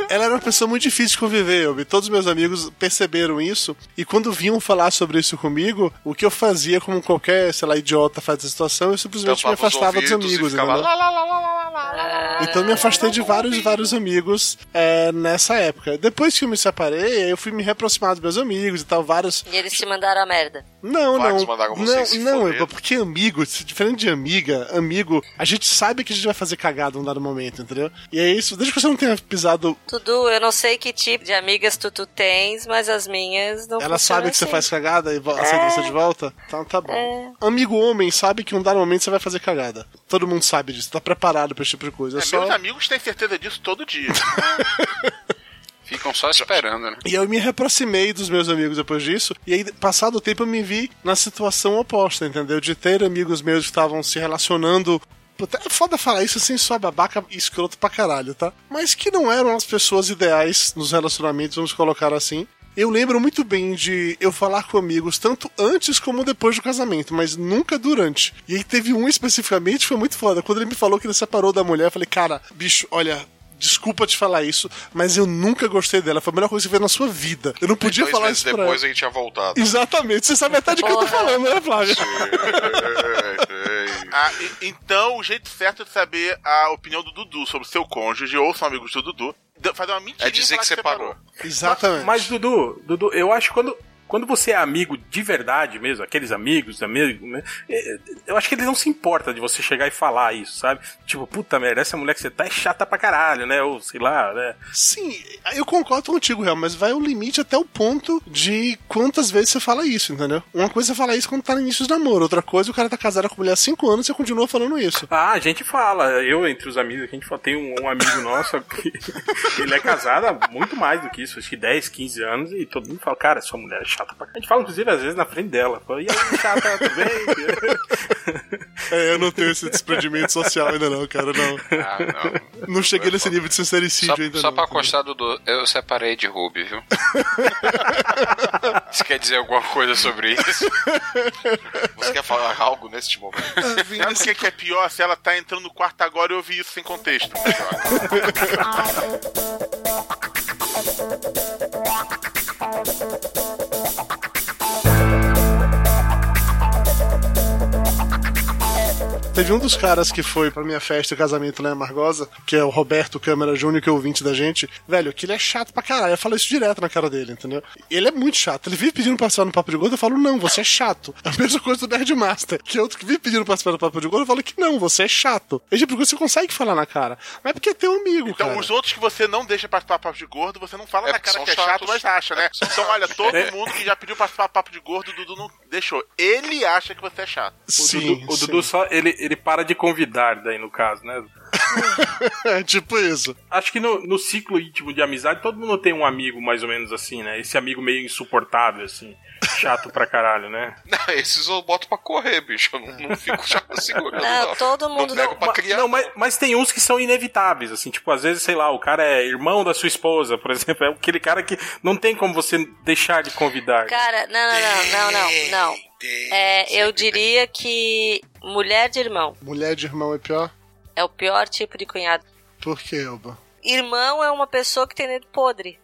B: Ela era uma pessoa muito difícil de conviver, eu Todos meus amigos perceberam isso. E quando vinham falar sobre isso comigo, o que eu fazia, como qualquer, sei lá, idiota faz essa situação, eu simplesmente me
C: Tampava os
B: afastava dos
C: ouvidos e
B: amigos,
C: ficava
B: entendeu?
C: lá, lá, lá.
B: Então me afastei de vários e vários amigos é, nessa época. Depois que eu me separei, eu fui me reaproximar dos meus amigos e tal, vários.
F: E eles te mandaram a merda.
B: Não,
C: Vários
B: não.
C: mandaram vocês
B: não,
C: se
B: não,
C: foder.
B: Eba, porque amigo, diferente de amiga, amigo, a gente sabe que a gente vai fazer cagada um dado momento, entendeu? E é isso, desde que você não tenha pisado,
F: Tudu, eu não sei que tipo de amigas tu, tu tens, mas as minhas não
B: ela
F: funcionam
B: sabe que você
F: assim.
B: faz cagada e vo- aceita você de volta, então tá bom. Amigo homem sabe que um dado momento você vai fazer cagada. Todo mundo sabe disso, tá preparado pra esse tipo de coisa. É
D: É,
B: só...
D: Meus amigos têm certeza disso
B: *laughs*
D: todo dia.
E: Ficam só esperando, né?
B: E eu me reaproximei dos meus amigos depois disso, e aí, passado o tempo, eu me vi na situação oposta, entendeu? De ter amigos meus que estavam se relacionando. Puta, é foda falar isso assim, só babaca e escroto pra caralho, tá? Mas que não eram as pessoas ideais nos relacionamentos, vamos colocar assim. Eu lembro muito bem de eu falar com amigos tanto antes como depois do casamento, mas nunca durante. E aí teve um especificamente que foi muito foda. Quando ele me falou que ele separou da mulher, eu falei, cara, bicho, olha, Desculpa te falar isso, mas eu nunca gostei dela. Foi a melhor coisa que você fez na sua vida. Eu não podia
C: Dois
B: falar
C: meses
B: isso pra
C: depois
B: ela.
C: a gente tinha
B: *laughs*
C: voltado.
B: Exatamente, você sabe até de que eu tô falando, né, Flávio?
C: É,
D: Ah, e- então, o jeito certo de saber a opinião do Dudu sobre o seu cônjuge, ou são amigos do Dudu, d- fazer uma mentirinha
C: É dizer
D: e falar
C: que separou.
B: Exatamente.
G: Mas, Dudu, Dudu, eu acho que quando, quando você é amigo de verdade mesmo, aqueles amigos, amigo, né? eh, Eu acho que eles não se importam de você chegar e falar isso, sabe? Tipo, puta merda, essa mulher que você tá é chata pra caralho, né? Ou sei lá, né?
B: Sim, eu concordo contigo, Real, mas vai o limite até o ponto de quantas vezes você fala isso, entendeu? Uma coisa é falar isso quando tá no início do namoro, outra coisa o cara tá casado com a mulher há 5 anos e você continua falando isso.
G: Ah, a gente fala. Eu, entre os amigos, a gente fala, tem um, um amigo nosso que *laughs* ele é casado há muito mais do que isso, acho que 10, 15 anos, e todo mundo fala, cara, sua mulher é chata pra caralho. A gente fala, inclusive, às vezes na frente dela. Fala, e aí, chata, tudo bem?
B: É, eu não tenho esse desprendimento social ainda não, cara, não.
E: Ah, não.
B: Não cheguei nesse nível de sincericídio
E: Só,
B: ainda
E: só
B: não.
E: pra constar, Dudu, eu separei de Ruby,
B: *laughs*
E: viu? Você quer dizer alguma coisa sobre isso?
C: Você quer falar algo neste momento?
D: Sabe o que que é pior? Se ela tá entrando no quarto agora e eu ouvi isso sem contexto.
B: Teve um dos caras que foi pra minha festa e casamento lá em Amargosa, que é o Roberto Câmara Júnior, que é ouvinte da gente. Velho, que ele é chato pra caralho. Eu falo isso direto na cara dele, entendeu? Ele é muito chato. Ele vive pedindo pra participar no Papo de Gordo, eu falo, não, você é chato. A mesma coisa do Nerd Master, que é outro que vive pedindo pra participar do Papo de Gordo, eu falo que não, você é chato. Ele pergunta se consegue falar na cara. Mas é porque é teu amigo,
D: Então,
B: cara.
D: os outros que você não deixa participar do papo de gordo, você não fala
C: É
D: na
C: porque
D: cara
C: são
D: que é chato,
C: chatos.
D: mas acha, né? Então, olha, todo
B: É.
D: mundo que já pediu participar do papo de gordo, o Dudu não deixou. Ele acha que você é chato.
G: O Dudu, o Dudu só, ele, ele para de convidar daí, no caso, né?
B: *laughs* é tipo isso.
G: Acho que no, no ciclo íntimo de amizade, todo mundo tem um amigo mais ou menos assim, né? Esse amigo meio insuportável, assim. Chato pra caralho, né?
C: *laughs* Não, esses eu boto pra correr, bicho. Eu não, não fico já segurando.
F: Não,
C: não.
F: todo mundo-
C: Não pego *laughs* pra
G: ma-
C: criar.
G: não, mas, mas tem uns que são inevitáveis, assim, tipo, às vezes, sei lá, o cara é irmão da sua esposa, por *laughs* exemplo, é aquele cara que não tem como você deixar de convidar.
F: Cara, não, não, não, não, não, não. É, eu diria que mulher de irmão
B: Mulher de irmão é pior?
F: é o pior tipo de cunhado.
B: Por que, Elba?
F: Irmão é uma pessoa que tem dedo
B: *laughs*
F: podre.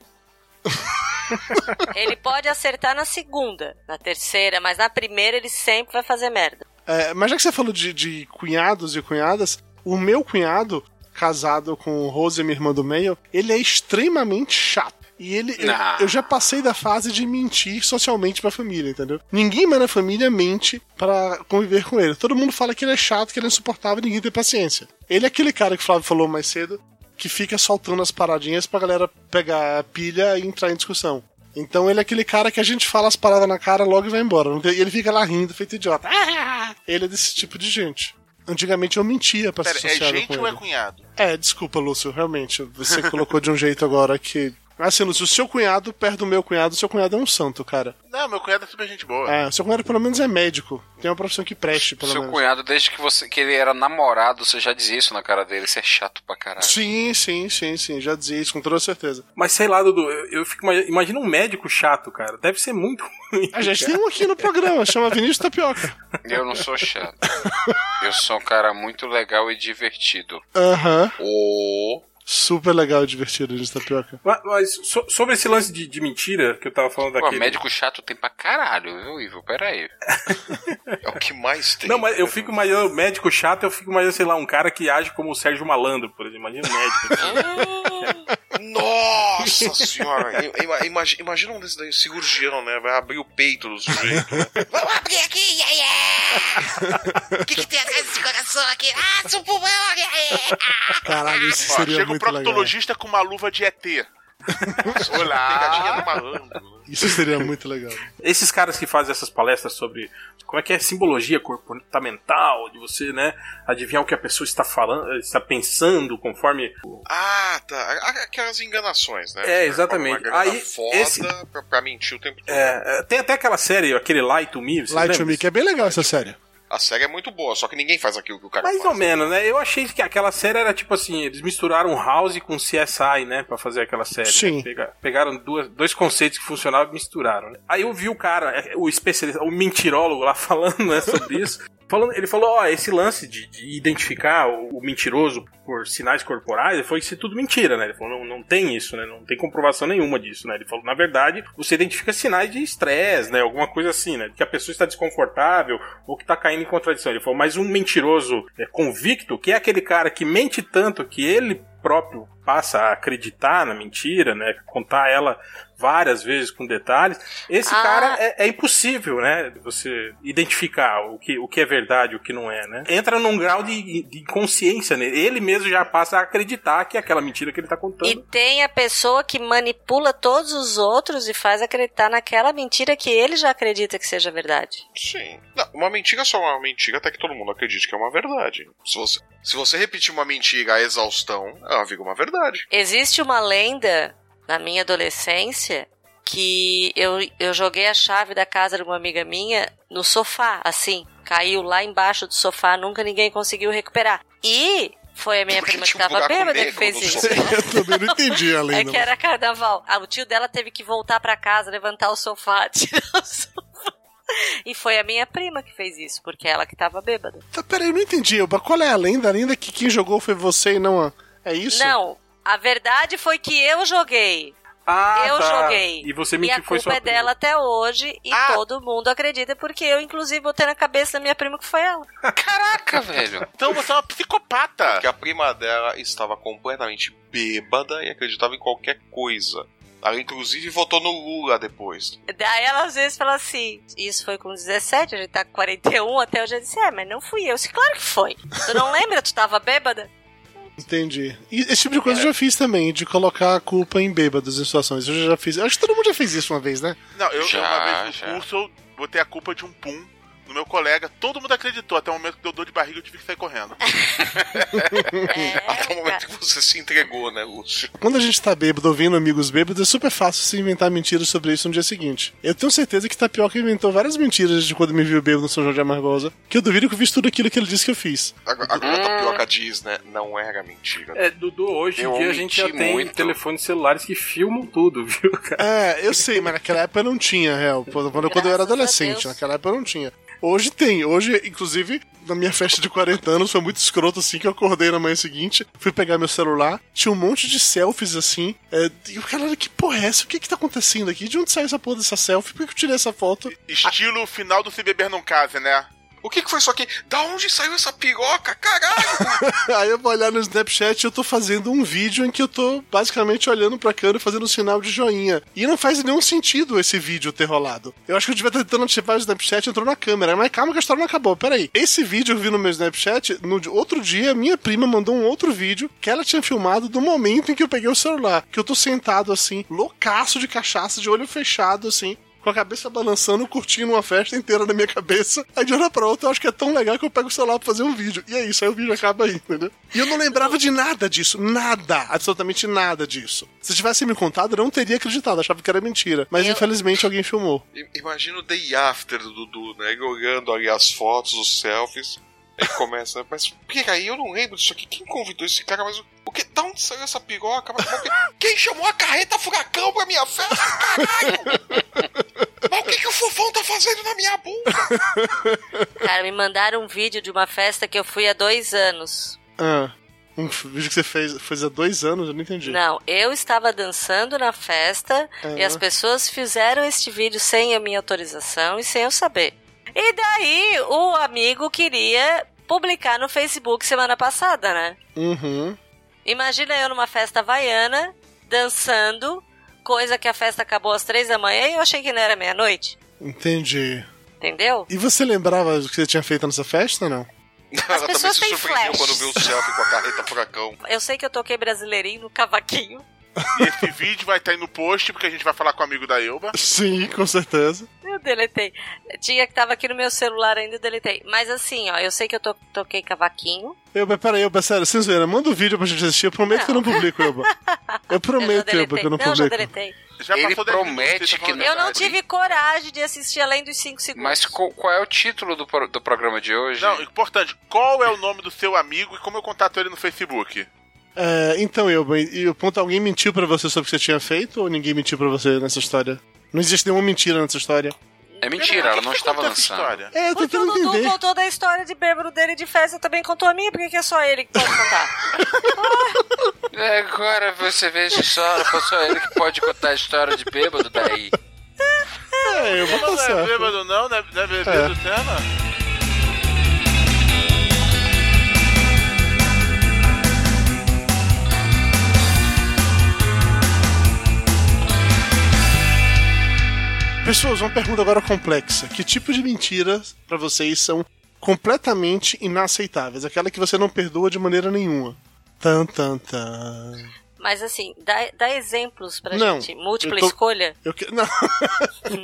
F: ele pode acertar na segunda, na terceira, mas na primeira ele sempre vai fazer merda.
B: É, mas já que você falou de, de cunhados e cunhadas, o meu cunhado, casado com Rose, minha irmã do meio, ele é extremamente chato. E ele, eu,
C: Nah.
B: eu já passei da fase de mentir socialmente pra família, entendeu? Ninguém mais na família mente pra conviver com ele. Todo mundo fala que ele é chato, que ele é insuportável, ninguém tem paciência. Ele é aquele cara que o Flávio falou mais cedo, que fica soltando as paradinhas pra galera pegar a pilha e entrar em discussão. Então ele é aquele cara que a gente fala as paradas na cara logo e vai embora. Não tem- E ele fica lá rindo, feito idiota. Ah! Ele é desse tipo de gente. Antigamente eu mentia pra
D: Pera,
B: se
D: é
B: associar com
D: gente
B: ele.
D: ou é cunhado?
B: É, desculpa, Lúcio, realmente. Você *laughs* colocou de um jeito agora que. Assim, Lúcio, o seu cunhado perto do meu cunhado, o seu cunhado é um santo, cara.
D: Não, meu cunhado é super gente boa.
B: É, o seu cunhado pelo menos é médico. Tem uma profissão que preste, pelo
E: Seu
B: menos.
E: cunhado, desde que você que ele era namorado, você já dizia isso na cara dele, você é chato
B: *laughs*
E: pra caralho.
B: Sim, sim, sim, sim. Já dizia isso com toda
D: *laughs*
B: certeza.
G: Mas sei lá, Dudu, eu, eu fico, ima- imagina um médico chato, cara. Deve ser muito *laughs* ruim.
B: A gente tem um aqui no programa, chama Vinícius Tapioca.
E: Eu não sou chato. Eu sou um cara muito legal e divertido.
B: Aham.
E: O
B: Super legal e divertido, Vinícius Tapioca.
G: Mas, mas so- sobre esse lance de, de mentira que eu tava falando
E: Pô,
G: daquele.
E: médico chato tem pra caralho, viu, Ivo? Pera aí.
C: É o que mais tem. né?
G: Não, mas eu fico imaginando médico chato, eu fico imaginando, sei lá, um cara que age como o Sérgio Malandro, por exemplo. Imagina
C: *laughs*
G: um médico.
C: Nossa senhora! I- ima- imagi- imagina um desse daí, um cirurgião, né? Vai abrir o peito do sujeito.
L: Vamos abrir aqui, ia, ia. O que, que tem atrás desse coração aqui? Ah, seu pulmão, ia, ia.
B: Caralho, *laughs* isso
D: Ó,
B: seria
D: chega o
B: muito legal.
D: proctologista com uma luva de ET. Olá!
C: Pegadinha do malandro.
G: né?
B: Isso seria muito *laughs* legal.
G: Esses caras que fazem essas palestras sobre como é que é simbologia comportamental, de você, né, adivinhar o que a pessoa está falando, está pensando conforme.
C: Ah, tá. A- Aquelas enganações, né?
G: É, exatamente.
C: Uma grana
G: Aí,
C: foda
G: esse-
C: pra, pra mentir o tempo todo.
G: É, é, tem até aquela série, aquele Light to Me, vocês
B: Light to
G: lembram?
B: Me, que é bem legal essa série.
C: A série é muito boa, só que ninguém faz aquilo que o cara
G: Mais
C: faz.
G: ou menos, né? Eu achei que aquela série era tipo assim, eles misturaram House com CSI, né? Pra fazer aquela série.
B: Sim.
G: né? Pega- pegaram duas, dois conceitos que funcionavam e misturaram. né? Aí eu vi o cara, é, o especialista, o mentirólogo lá *laughs* falando, né, sobre isso. Falando, ele falou, ó, esse lance de, de identificar o, o mentiroso por sinais corporais foi isso tudo mentira, né? Ele falou, não, não tem isso, né? Não tem comprovação nenhuma disso, né? Ele falou, na verdade, você identifica sinais de estresse, né? Alguma coisa assim, né? Que a pessoa está desconfortável ou que está caindo em contradição. Ele falou, mas um mentiroso é, convicto, que é aquele cara que mente tanto que ele próprio passa a acreditar na mentira, né? Contar ela várias vezes com detalhes. Esse
F: Ah.
G: cara é, é impossível, né? Você identificar o que, o que é verdade e o que não é, né? Entra num grau de, de inconsciência nele. Ele mesmo já passa a acreditar que é aquela mentira que ele tá contando.
F: E tem a pessoa que manipula todos os outros e faz acreditar naquela mentira que ele já acredita que seja verdade.
C: Sim. Não, uma mentira é só uma mentira até que todo mundo acredite que é uma verdade. Se você, se você repetir uma mentira à exaustão, ela vira uma verdade.
F: Existe uma lenda na minha adolescência que eu, eu joguei a chave da casa de uma amiga minha no sofá, assim. Caiu lá embaixo do sofá, nunca ninguém conseguiu recuperar. E foi a minha
C: Porque
F: prima que
C: tinha um
F: tava
C: buraco
F: bêbada que
C: negro
F: fez
C: no
F: isso.
C: sofá.
B: *laughs* Eu também não entendi a lenda.
F: *laughs* É que era carnaval. Ah, o tio dela teve que voltar pra casa, levantar o sofá, *laughs* tirar o sofá. E foi a minha prima que fez isso, porque ela que tava bêbada.
B: Tá, peraí, eu não entendi. Elba. Qual é a lenda? A lenda é que quem jogou foi você e não a... É isso?
F: Não, a verdade foi que eu joguei.
G: Ah,
F: eu
G: tá.
F: joguei.
G: E você
F: e
G: mentiu
F: a
G: que foi
F: culpa
G: sua
F: é
G: prima.
F: dela até hoje e
D: Ah.
F: todo mundo acredita, porque eu, inclusive, botei na cabeça da minha prima que foi ela.
E: Caraca, velho.
D: Então você é uma psicopata.
C: Porque a prima dela estava completamente bêbada e acreditava em qualquer coisa. Ela, inclusive, votou no Lula depois. *laughs*
F: Daí ela às vezes fala assim: Isso foi com 17, a gente tá com 41, até hoje eu disse: É, mas não fui eu. Eu disse, claro que foi. Tu não lembra? Tu tava bêbada?
B: Entendi. E esse tipo de coisa eu já fiz também, de colocar a culpa em bêbados em situações. Eu já fiz. Acho que todo mundo já fez isso uma vez, né?
D: Não, eu
E: Já,
D: uma vez no
E: já.
D: curso eu botei a culpa de um pum no meu colega, todo mundo acreditou. Até o momento que deu dor de barriga, eu tive que sair
E: *laughs*
D: correndo.
F: É.
C: Até o momento que você se entregou, né, Lúcio?
B: *laughs* Quando a gente tá bêbado ouvindo amigos bêbados, é super fácil se inventar mentiras sobre isso no dia seguinte. Eu tenho certeza que Tapioca inventou várias mentiras de quando me viu bêbado no São João de Amargosa, que eu duvido que eu fiz tudo aquilo que ele disse que eu fiz.
C: Agora, agora a tapioca diz, né? Não era mentira.
G: É, Dudu, hoje em
C: Eu
G: dia a gente já
C: menti
G: tem
C: muito.
G: telefones celulares que filmam tudo, viu, cara?
B: É, eu sei, mas naquela época não tinha, real. Quando quando eu era adolescente, naquela época não tinha. Hoje tem, hoje, inclusive, na minha festa de 40 anos, foi muito escroto assim que eu acordei na manhã seguinte, fui pegar meu celular, tinha um monte de selfies assim, é, e o cara, que porra é essa? O que que tá acontecendo aqui? De onde saiu essa porra dessa selfie? Por que que eu tirei essa foto?
D: Estilo final do Se Beber Não Case, né?
C: O que, que foi isso aqui? Da onde saiu essa piroca? Caralho!
B: *laughs* Aí eu vou olhar no Snapchat e eu tô fazendo um vídeo em que eu tô basicamente olhando pra câmera e fazendo um sinal de joinha. E não faz nenhum sentido esse vídeo ter rolado. Eu acho que eu devia estar tentando ativar o Snapchat e entrou na câmera. Mas calma que a história não acabou. Peraí. Esse vídeo eu vi no meu Snapchat. No di- outro dia, minha prima mandou um outro vídeo que ela tinha filmado do momento em que eu peguei o celular. Que eu tô sentado assim, loucaço de cachaça, de olho fechado assim. Com a cabeça balançando, curtindo uma festa inteira na minha cabeça. Aí de hora pra outra eu acho que é tão legal que eu pego o celular pra fazer um vídeo. E é isso, aí o vídeo acaba aí, entendeu? E eu não lembrava de nada disso. Nada. Absolutamente nada disso. Se tivesse me contado, eu não teria acreditado. Achava que era mentira. Mas infelizmente alguém filmou.
C: I- Imagina o day after do Dudu, né? Ele olhando ali as fotos, os selfies. Aí começa, *laughs* mas peraí, eu não lembro disso aqui. Quem convidou esse cara? Mas o o que? Da onde saiu essa piroca? Mas como é que- Quem chamou a carreta furacão pra minha festa? Caralho! Mas o que, que o fofão tá fazendo na minha bunda?
F: Cara, me mandaram um vídeo de uma festa que eu fui há dois anos.
B: Ah, um vídeo que você fez, fez há dois anos, eu não entendi.
F: Não, eu estava dançando na festa e
B: Ah.
F: as pessoas fizeram este vídeo sem a minha autorização e sem eu saber. E daí o amigo queria publicar no Facebook semana passada, né?
B: Uhum.
F: Imagina eu numa festa havaiana, dançando, coisa que a festa acabou às três da manhã e eu achei que não era meia-noite,
B: Entendi.
F: entendeu?
B: E você lembrava do que você tinha feito nessa festa ou não?
C: Ela também
F: pessoas
C: se
F: têm
C: surpreendeu
F: flash.
C: quando viu o selfie com a carreta furacão.
F: Eu sei que eu toquei brasileirinho no cavaquinho. *laughs*
D: E
E: *laughs*
D: esse vídeo vai estar aí no post, porque a gente vai falar com o amigo da Elba.
B: Sim, com certeza.
F: Eu deletei. Tinha que tava aqui no meu celular ainda, eu deletei. Mas assim, ó, eu sei que eu to- toquei cavaquinho.
B: Eu, mas peraí, eu, sério, sem zoeira, manda o vídeo pra gente assistir. Eu prometo que eu não publico, Elba. Eu prometo, Elba, que eu não
F: não, já
B: publico.
F: deletei.
E: Ele
D: tá
E: promete que
F: Eu não tive coragem de assistir além dos 5 segundos.
E: Mas co- qual é o título do, pro- do programa de hoje?
D: Não, importante, qual é o nome do seu amigo e como eu contato ele no Facebook?
B: É, então, Elba, e e o ponto, alguém mentiu pra você sobre o que você tinha feito ou ninguém mentiu pra você nessa história? Não existe nenhuma mentira nessa história.
E: É mentira, ela não estava lançando.
B: É, eu tô tentando
F: O Du
B: entender.
F: contou da história de bêbado dele de festa, também contou a minha, porque que é só ele que pode contar?
B: *laughs*
E: É, Agora você veja só, foi só ele que pode contar a história de bêbado daí.
B: É, eu vou
D: Mas não é
B: passar.
D: bêbado não, não é, não é bebê
B: É.
D: do tema?
B: Pessoas, uma pergunta agora complexa. Que tipo de mentiras pra vocês são completamente inaceitáveis? Aquela que você não perdoa de maneira nenhuma. Tan, tan, tan.
F: Mas assim, dá, dá exemplos pra
B: Não,
F: gente. Múltipla
B: eu tô-
F: escolha.
B: Eu que... *laughs* Não.
C: Não,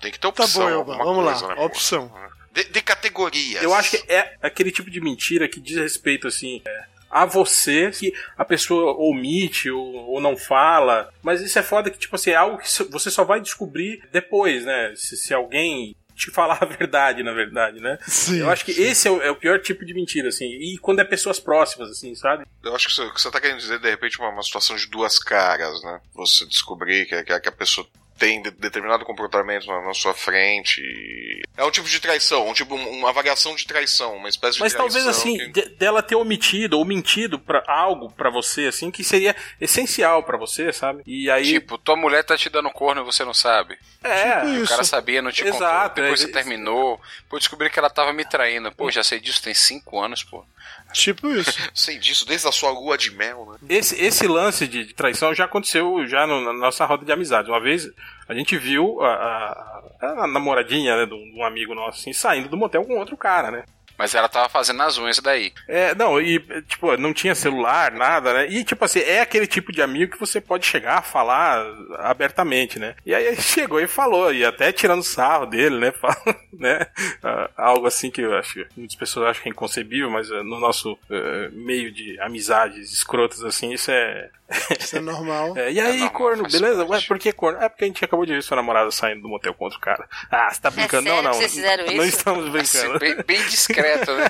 C: tem que
B: Tá
C: ter opção.
B: bom, Elba,
C: alguma
B: vamos
C: coisa,
B: lá.
C: né, pô?
B: Opção.
C: De, de categorias.
G: Eu acho que é aquele tipo de mentira que diz respeito, assim, é, a você, que a pessoa omite ou, ou não fala. Mas isso é foda que, tipo assim, é algo que so- você só vai descobrir depois, né? Se, se alguém te falar *laughs* a verdade, na verdade, né?
B: Sim,
G: Eu acho que esse é o, é o pior tipo de mentira, assim. E quando é pessoas próximas, assim, sabe?
C: Eu acho que você, que você tá querendo dizer, de repente, uma, uma situação de duas caras, né? Você descobrir que, que, que a pessoa tem de- determinado comportamento na, na sua frente. e- É um tipo de traição, um tipo, um- uma variação de traição, uma espécie de
G: Mas
C: traição.
G: talvez assim,
C: que-
G: de- dela ter omitido ou mentido para algo pra você assim que seria essencial pra você, sabe? E aí
E: Tipo, tua mulher tá te dando corno e você não sabe.
B: tipo
G: é,
E: o cara sabia, não te
G: Exato,
E: contou. Depois
G: é,
E: você terminou. Pô, descobri que ela tava me traindo. Pô, já sei disso tem cinco anos, pô.
B: Tipo isso.
C: Sei disso desde a sua lua de mel, né?
G: Esse, esse lance de, de traição já aconteceu já no- na nossa roda de amizade. Uma vez a gente viu a, a- a namoradinha né, de um de um amigo nosso assim, saindo do motel com outro cara, né?
E: Mas ela tava fazendo as unhas daí.
G: É, não, e tipo, não tinha celular, nada, né? E tipo assim, é aquele tipo de amigo que você pode chegar, falar abertamente, né? E aí *laughs* ele chegou e falou, e até tirando sarro dele, né? *laughs* Fala, né? Ah, Algo assim que eu acho que muitas pessoas acham que é inconcebível, mas eh, no nosso eh, meio de amizades escrotas assim, isso é. *laughs*
B: Isso é normal.
G: É, e aí, corno, beleza? Ué, por que corno? É porque a gente acabou de ver sua namorada saindo do motel com outro cara. Ah, você tá brincando?
F: É sério
G: não,
F: que
G: não.
F: vocês fizeram
G: não
F: isso? *laughs*
G: estamos brincando. *laughs*
E: Assim, bem, bem discreto, né?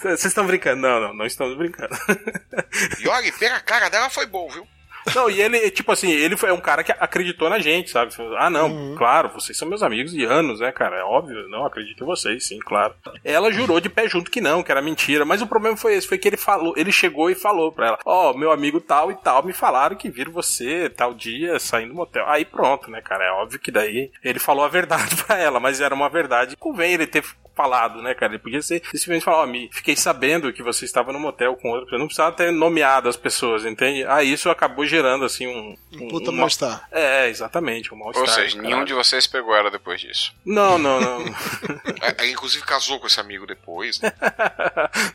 G: Vocês estão brincando? Não, não, não estamos brincando. *laughs*
C: E olha, ver a cara dela foi bom, viu?
G: Não, e ele, tipo assim, ele foi um cara que acreditou na gente, sabe? Falou, Ah, não, claro, vocês são meus amigos de anos, né, cara? É óbvio, não, acredito em vocês, sim, claro. Ela jurou de pé junto que não, que era mentira, mas o problema foi esse, foi que ele falou, ele chegou e falou pra ela, ó, meu amigo tal e tal, me falaram que viram você tal dia saindo do motel. Aí pronto, né, cara? É óbvio que daí ele falou a verdade *laughs* pra ela, mas era uma verdade. Convém ele ter falado, né, cara? Ele podia ser simplesmente falar, ó, me fiquei sabendo que você estava no motel com outra pessoa. Não precisava ter nomeado as pessoas, entende? Aí isso acabou gerando, assim, um... Um
B: puta tá.
G: uma-
B: mal-estar.
G: É, exatamente, um mal-estar.
E: Ou
G: do
E: seja, nenhum
G: caralho.
E: de vocês pegou ela depois disso.
G: Não, não, não. *laughs*
C: A- a- É, inclusive casou com esse amigo depois. né?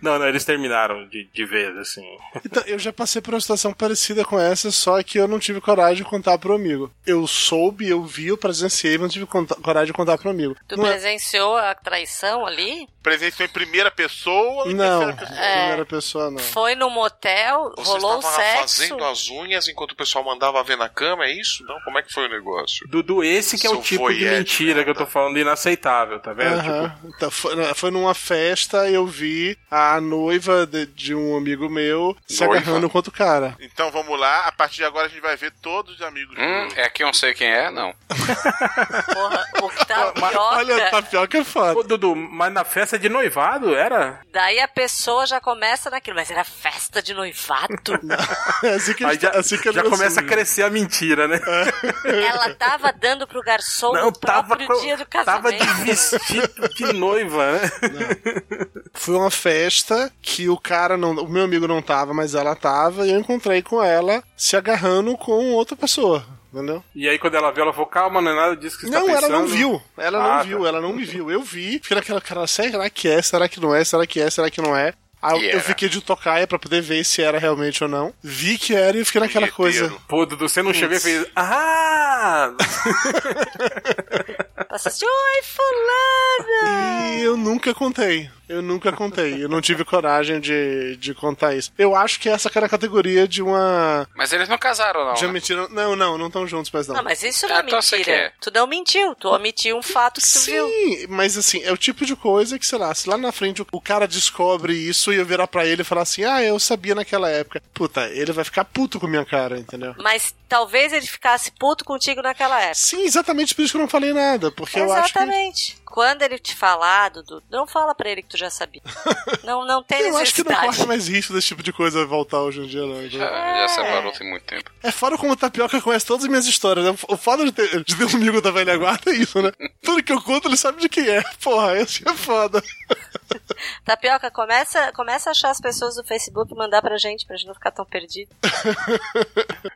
G: não, não, eles terminaram de, de vez, assim.
B: Então, eu já passei por uma situação parecida com essa, só que eu não tive coragem de contar pro amigo. Eu soube, eu vi, eu presenciei, mas não tive conta- coragem de contar pro amigo.
F: Tu
B: não é-
F: presenciou a traição ali?
D: Presenciou em primeira pessoa. em
B: Não,
D: terceira pessoa.
F: É.
B: primeira pessoa não.
F: Foi no motel,
C: Você
F: rolou o
C: estava
F: sexo.
C: fazendo as unhas enquanto o pessoal mandava ver na cama, é isso? Não, como é que foi o negócio?
G: Dudu, esse que é o
C: Seu
G: tipo de
C: voyeur de
G: mentira que eu tô falando, inaceitável, tá vendo?
B: Aham.
G: Tipo,
B: Então, foi, foi numa festa, eu vi a noiva de, de um amigo meu se
E: Noiva?
B: agarrando com outro cara.
D: Então vamos lá, a partir de agora a gente vai ver todos os amigos.
E: Hum, é que eu não sei quem é, não.
F: Porra,
B: *laughs*
F: o né? tapioca.
B: Olha, tapioca é foda.
G: Tipo, Ô, Dudu, mas na festa de noivado era?
F: Daí a pessoa já começa naquilo. Mas era festa de noivado?
B: *laughs* É assim que,
G: Aí já,
B: assim que ele
G: já
B: lançou,
G: começa a
B: né? É.
G: crescer a mentira, né?
F: Ela tava dando pro garçom
G: Não,
F: o
G: tava,
F: próprio
G: com-
F: dia do
G: tava
F: casamento.
G: de vestido de noiva, né?
B: Foi uma festa que o cara não. O meu amigo não tava, mas ela tava, e eu encontrei com ela se agarrando com outra pessoa. Entendeu?
G: E aí quando ela viu, ela falou, calma, não é nada disso que você
B: não,
G: tá
B: ela
G: pensando.
B: não viu. Ela não
G: Ah, tá.
B: viu, ela não me viu. Eu vi, fiquei naquela cara, será que é? Será que não é? Será que é? Será que não é? Aí eu-
C: E
B: eu
C: era.
B: fiquei de tocaia pra poder ver se era realmente ou não. Vi que era e fiquei naquela coisa.
C: Bilheteiro.
G: Pô, Dudu, você não chegou e fez,
F: *laughs*
G: ah!
F: Passa assim, Oi, fulana!
B: *laughs* E eu nunca contei. Eu nunca contei. Eu não tive coragem de, de contar isso. Eu acho que essa era a categoria de uma.
E: Mas eles não casaram, não.
B: de uma
E: né?
B: mentira. Não, não, não estão juntos, mas não.
F: Ah, mas isso não é
E: Ah, então você
F: mentira.
E: quer.
F: Tu não mentiu, tu omitiu um fato que tu viu.
B: Sim, mas assim, é o tipo de coisa que, sei lá, se lá na frente o- o cara descobre isso e eu virar pra ele e falar assim, ah, eu sabia naquela época. Puta, ele vai ficar puto com minha cara, entendeu?
F: Mas talvez ele ficasse puto contigo naquela época.
B: Sim, exatamente por isso que eu não falei nada, porque eu acho
F: É. Exatamente. Quando ele te falar, Dudu, não fala pra ele que tu
B: *laughs*
F: já sabia. não, não tem
B: que... Eu acho que não
F: necessidade.
B: corre mais risco desse tipo de coisa voltar hoje em dia, não. entendeu?
E: Já, já separou tem muito tempo.
B: É foda como o Tapioca conhece todas as minhas histórias. Né? O foda de ter, de ter um amigo da velha guarda é isso, né? Tudo que eu conto ele sabe de quem é. Porra, esse é foda.
F: Tapioca, começa, começa a achar as pessoas do Facebook e mandar pra gente, pra gente não ficar tão perdido.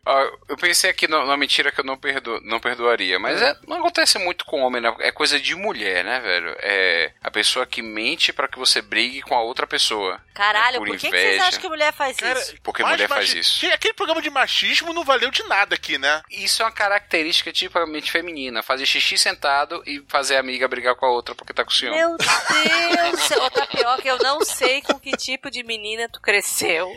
E: Ó, eu pensei aqui no- numa mentira que eu não, perdo, não perdoaria, mas é- não acontece muito com homem, né? É coisa de mulher, né, velho? É a pessoa que mente pra que você brigue com a outra pessoa.
F: Caralho,
E: É por
F: por, que, que
E: inveja.
F: vocês acham que mulher faz
D: Cara,
F: isso?
E: Porque
D: mais
E: mulher faz
D: machi-
E: isso.
D: Aquele programa de machismo não valeu de nada aqui, né?
E: Isso é uma característica tipicamente feminina, fazer xixi sentado e fazer a amiga brigar com a outra porque tá com ciúme.
F: Meu Deus, ô Tapioca, eu não sei com que tipo de menina tu cresceu.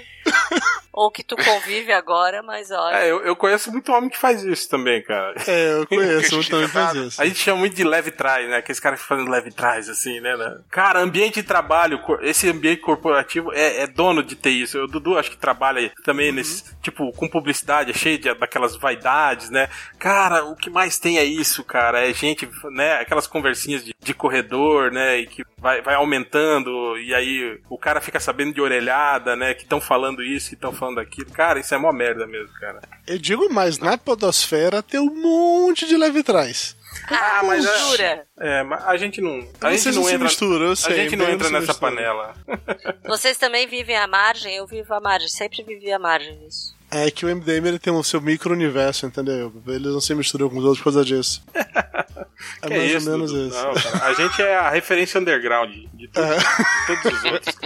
F: ou que tu convive agora, mas olha.
G: É, eu, eu conheço muito homem que faz isso também, cara.
B: É, eu conheço, eu também faz isso.
G: A gente chama muito de leve trás, né? Aqueles caras que fazem leve trás, assim, né? né? Cara, ambiente de trabalho, cor- esse ambiente corporativo é, é dono de ter isso. O Dudu acho que trabalha também nesse, tipo, com publicidade, é cheio de, daquelas vaidades, né? Cara, o que mais tem é isso, cara. É gente, né? Aquelas conversinhas de, de corredor, né? E que vai, vai aumentando, e aí o cara fica sabendo de orelhada, né? Que estão falando isso, que estão falando aquilo. Cara, isso é mó merda mesmo, cara.
B: Eu digo mais, na podosfera tem um monte de leve trás.
F: Ah,
G: mas é-
F: jura.
G: É, mas a gente não. A
B: Vocês
G: gente
B: não
G: não
B: se
G: entra.
B: misturam, eu
G: a
B: sei,
G: gente não
B: bem,
G: entra
B: não se É
G: nessa
B: misturam.
G: panela.
F: Vocês também vivem à margem? Eu vivo à margem, sempre vivi à margem disso.
B: É que o MDM ele tem o seu micro-universo, entendeu? Eles não se misturam com os outros por causa disso. É
G: *laughs* Que
B: mais
G: isso,
B: ou menos
G: Dudu?
B: isso. É.
G: Não, cara, a gente é a referência underground de, tudo, de todos os outros.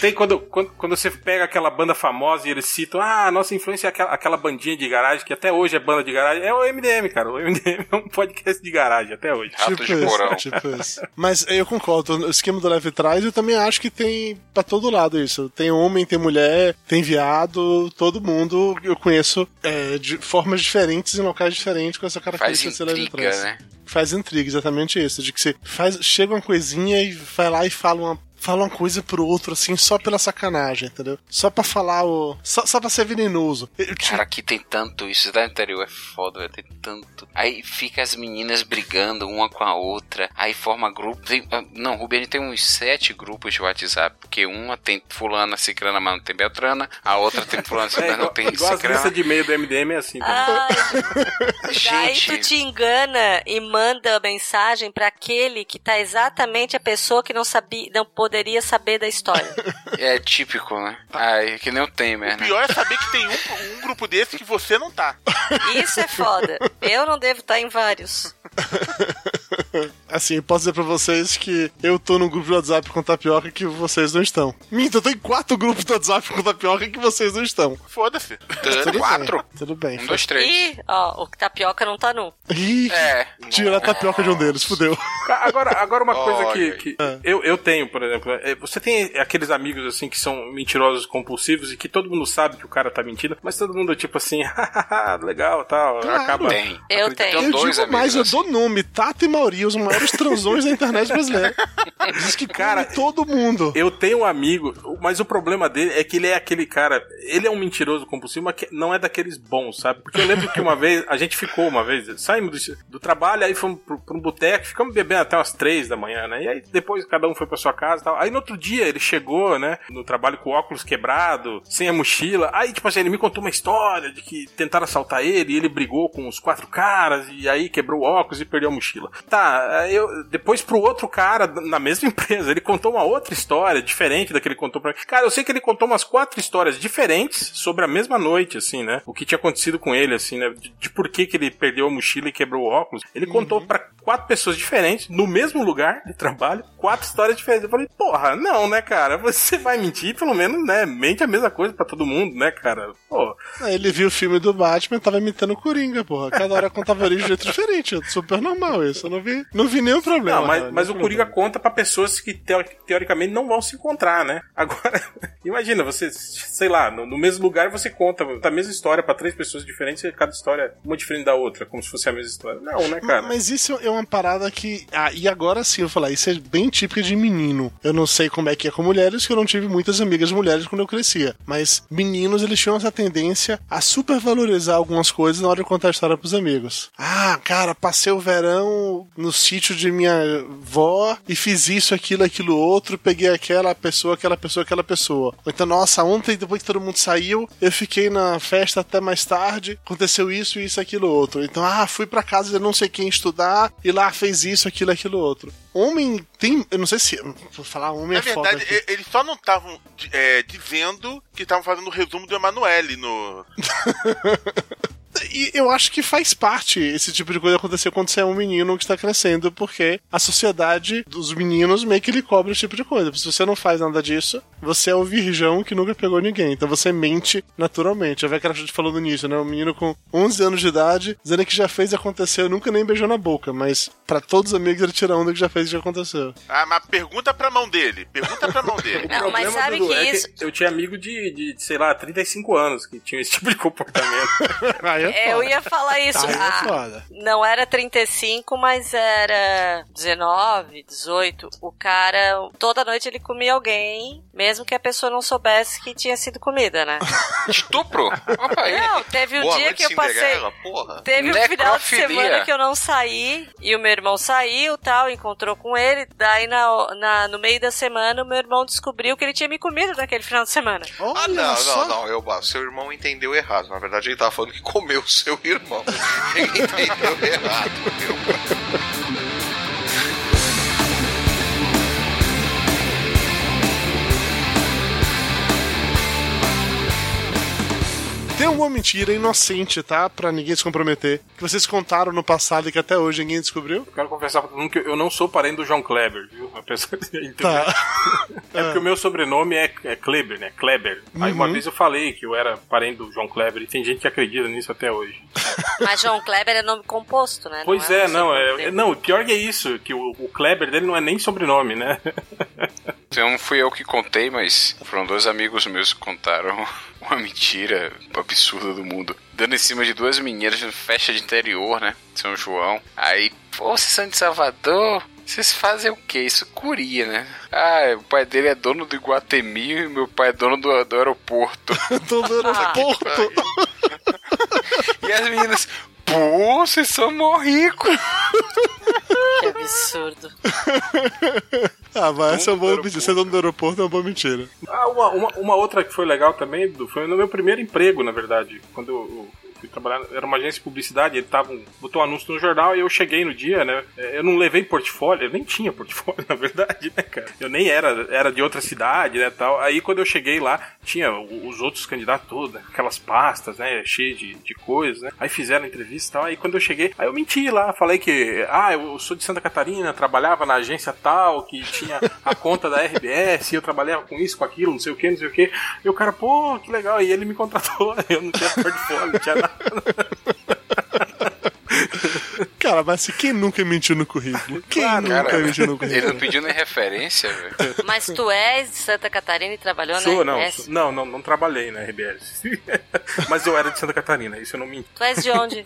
G: Tem quando, quando, quando você pega aquela banda famosa e eles citam, ah, a nossa influência é aquela, aquela bandinha de garagem, que até hoje é banda de garagem. É o MDM, cara. O MDM é um podcast de garagem até hoje.
B: isso, *laughs* tipo isso. Mas eu concordo, o esquema do leve trás eu também acho que tem pra todo lado isso. Tem homem, tem mulher, tem viado, todo mundo eu conheço é, de formas diferentes em locais diferentes com essa característica de ser leve
E: intriga,
B: trás.
E: né?
B: Faz intriga, exatamente isso. De que você faz, chega uma coisinha e vai lá e fala uma, fala uma coisa pro outro, assim, só pela sacanagem, entendeu? Só pra falar o. Só, só pra ser venenoso. Eu-
E: Cara, aqui tem tanto isso, da interior é foda, velho, tem tanto. Aí fica as meninas brigando uma com a outra, aí forma grupo. Tem, ah, não, Rubiane tem uns sete grupos de WhatsApp, porque uma tem fulana, cicrana, mas não tem Beltrana, a outra tem
G: *laughs*
E: fulana,
G: É,
E: cicrana, não
G: igual,
E: tem
G: igual as listas
E: cicrana.
G: de e-mail do MDM é assim. também.
F: Ah, Daí
E: Gente.
F: tu te engana e manda mensagem pra aquele que tá exatamente a pessoa que não sabia, não poderia saber da história.
E: É típico, né? Ai, que nem o Temer, né?
D: Pior é saber que tem um, um grupo desse que você não tá.
F: Isso é foda. Eu não devo estar em vários.
B: *laughs* Assim, eu posso dizer pra vocês que eu tô num grupo de WhatsApp com tapioca que vocês não estão. Minto, eu tô em quatro grupos de WhatsApp com tapioca que vocês não estão.
D: Foda-se.
B: Tudo
E: Quatro?
B: Bem, tudo bem.
E: Um, dois, três.
F: Ih, ó, o tapioca não tá nu.
B: Ih,
E: É.
B: tira a tapioca de um deles, fudeu.
G: Agora, agora uma coisa que,
B: Olha
G: que eu, eu tenho, por exemplo, é, você tem aqueles amigos assim que são mentirosos compulsivos e que todo mundo sabe que o cara tá mentindo, mas todo mundo tipo assim, *laughs* hahaha, legal, tal,
B: Claro.
G: acaba.
B: Tem.
F: Eu
G: é um
B: Eu digo mais, eu dou nome. Tata e Mauri, os maiores transões da internet brasileira. Diz que cara, todo mundo.
G: Eu tenho um amigo, mas o problema dele é que ele é aquele cara. Ele é um mentiroso compulsivo, mas que não é daqueles bons, sabe? Porque eu lembro que uma *laughs* vez, a gente ficou uma vez, saímos do, do trabalho, aí fomos pro, pra um boteco, ficamos bebendo até umas três da manhã, né? E aí depois cada um foi pra sua casa e tal. Aí no outro dia ele chegou, né, no trabalho com o óculos quebrado, sem a mochila. Aí, tipo assim, ele me contou uma história de que tentaram assaltar ele e ele brigou com os quatro caras e aí quebrou o óculos e perdeu a mochila. Tá, aí eu, depois pro outro cara na mesma *laughs* empresa, ele contou uma outra história diferente da que ele contou pra mim. Cara, eu sei que ele contou umas quatro histórias diferentes sobre a mesma noite, assim, né? O que tinha acontecido com ele, assim, né? De, de por que que ele perdeu a mochila e quebrou o óculos. Ele contou pra quatro pessoas diferentes, no mesmo lugar de trabalho, quatro histórias diferentes. Eu falei, porra, não, né, cara? Você vai mentir, pelo menos, né? Mente a mesma coisa pra todo mundo, né, cara? Pô,
B: Aí ele viu o filme do Batman e tava imitando o Coringa, porra. Cada hora contava ele de um jeito diferente. Super normal isso. Eu não vi, não vi nenhum problema.
G: Não, mas,
B: cara,
G: mas o
B: nenhum
G: Coringa conta pra pessoas que teo- teoricamente não vão se encontrar, né? *laughs* Agora, imagina, você, sei lá, no, no mesmo lugar você conta a mesma história pra três pessoas diferentes e cada história é uma diferente da outra, como se fosse a mesma história. Não, né, cara?
B: Mas isso é uma parada que. Ah, e agora sim, eu vou falar, isso é bem típico de menino. Eu não sei como é que é com mulheres, que eu não tive muitas amigas mulheres quando eu crescia. Mas meninos, eles tinham essa tendência a supervalorizar algumas coisas na hora de contar a história pros amigos. Ah, cara, passei o verão no sítio de minha avó e fiz isso, aquilo, aquilo outro, peguei aquela pessoa, aquela pessoa, aquela pessoa. Ou então, nossa, ontem, depois que todo mundo saiu, eu fiquei na festa até mais tarde, aconteceu isso, isso, aquilo outro. Então, ah, fui pra casa de não sei quem estudar e lá fez isso, aquilo, aquilo outro. Homem tem. Eu não sei se. Vou falar homem
D: Na
B: é foda.
D: verdade,
B: aqui.
D: e- eles só não estavam di- é, dizendo que estavam fazendo o resumo do Emanuele no.
B: E eu acho que faz parte esse tipo de coisa acontecer quando você é um menino que está crescendo, porque a sociedade dos meninos meio que ele cobra esse tipo de coisa. Se você não faz nada disso, você é o virgão que nunca pegou ninguém. Então você mente naturalmente. Eu vi aquela gente falando nisso, né? Um menino com 11 anos de idade, dizendo que já fez e aconteceu, nunca nem beijou na boca, mas pra todos os amigos ele tira onda que já fez e já
G: *laughs*
B: aconteceu.
D: Ah, mas pergunta pra mão dele. Pergunta pra
C: *laughs*
D: mão dele.
G: O problema, Dudu, é eu tinha amigo de, de, de, sei lá, 35 anos que tinha esse *laughs* tipo de comportamento.
F: É, Eu ia falar isso.
G: Tá, aí é
F: Ah,
G: foda.
F: não era 35, mas era 19, 18. O cara, toda noite ele comia alguém, mesmo que a pessoa não soubesse que tinha sido comida, né?
E: Estupro? Opa, *laughs* aí.
F: Não, teve um
E: Boa
F: dia
E: noite,
F: que eu passei.
E: Cinderela, porra.
F: Teve um final de
E: Necrofilia.
F: semana que eu não saí e o meu irmão saiu tal, encontrou com ele. Daí na, na- no meio da semana o meu irmão descobriu que ele tinha me comido naquele final de semana.
C: Ah, não, não, não, eu, bah, seu irmão entendeu errado. Na verdade, ele tava falando que comeu o seu irmão. *laughs* Ele entendeu errado, meu.
B: Tem tem alguma mentira inocente, tá? Pra ninguém se comprometer. Que vocês contaram no passado e que até hoje ninguém descobriu?
G: Quero confessar pra todo mundo que eu não sou parente do João Kleber, viu? *laughs* Apesar de
B: Tá. *laughs*
G: É porque o meu sobrenome é, é Kleber, né? Kleber. Aí uma
B: Uhum.
G: vez eu falei que eu era parente do João Kleber e tem gente que acredita nisso até hoje.
F: Mas João Kleber é nome composto, né?
G: pois é, não, é, é- não, o pior que é isso, que o, o Kleber dele não é nem sobrenome, *laughs* né?
E: Então fui eu que contei, mas foram dois amigos meus que contaram *laughs* uma mentira absurda do mundo. Dando em cima de duas meninas de festa de interior, né? de São João. Aí, pô, vocês são de Salvador? Vocês fazem o quê? Isso curia, né? Ah, o pai dele é dono do Iguatemi e meu pai é dono do, do aeroporto.
C: *laughs*
B: dono do aeroporto?
E: e as meninas, pô, vocês são mó ricos.
F: Que absurdo.
B: Ah, vai, essa é uma boa mentira. Ser dono do aeroporto é uma boa mentira.
G: Ah, uma, uma, uma outra que foi legal também, Edu, foi no meu primeiro emprego, na verdade. Quando eu, eu fui trabalhar, era uma agência de publicidade, ele tava, um- botou um anúncio no jornal e eu cheguei no dia, né? Eh, Eu não levei portfólio, eu nem tinha portfólio, *laughs* na verdade, né, cara? Eu nem era, era de outra cidade, né, tal. Aí quando eu cheguei lá, tinha o- os outros candidatos todos, né, aquelas pastas, né, cheio de, de coisas, né? Aí fizeram entrevista e tal, aí quando eu cheguei, aí eu menti lá, falei que, ah, eu sou de Santa Catarina, trabalhava na agência tal, que tinha a conta da RBS, eu trabalhava com isso, com aquilo, não sei o que, não sei o que. E o cara, pô, que legal, e ele me contratou, *laughs* eu não tinha portfólio, não tinha nada.
B: Cara, mas se quem nunca mentiu no currículo? Quem nunca
E: Cara,
B: mentiu no
E: ele
B: currículo?
E: não pediu nem referência, velho.
F: Mas tu és de Santa Catarina e trabalhou
G: Sou,
F: na
G: não,
F: RBS?
G: sou- não, não, não trabalhei na RBS. *laughs* Mas eu era de Santa Catarina, isso eu não minto.
F: Tu és de onde?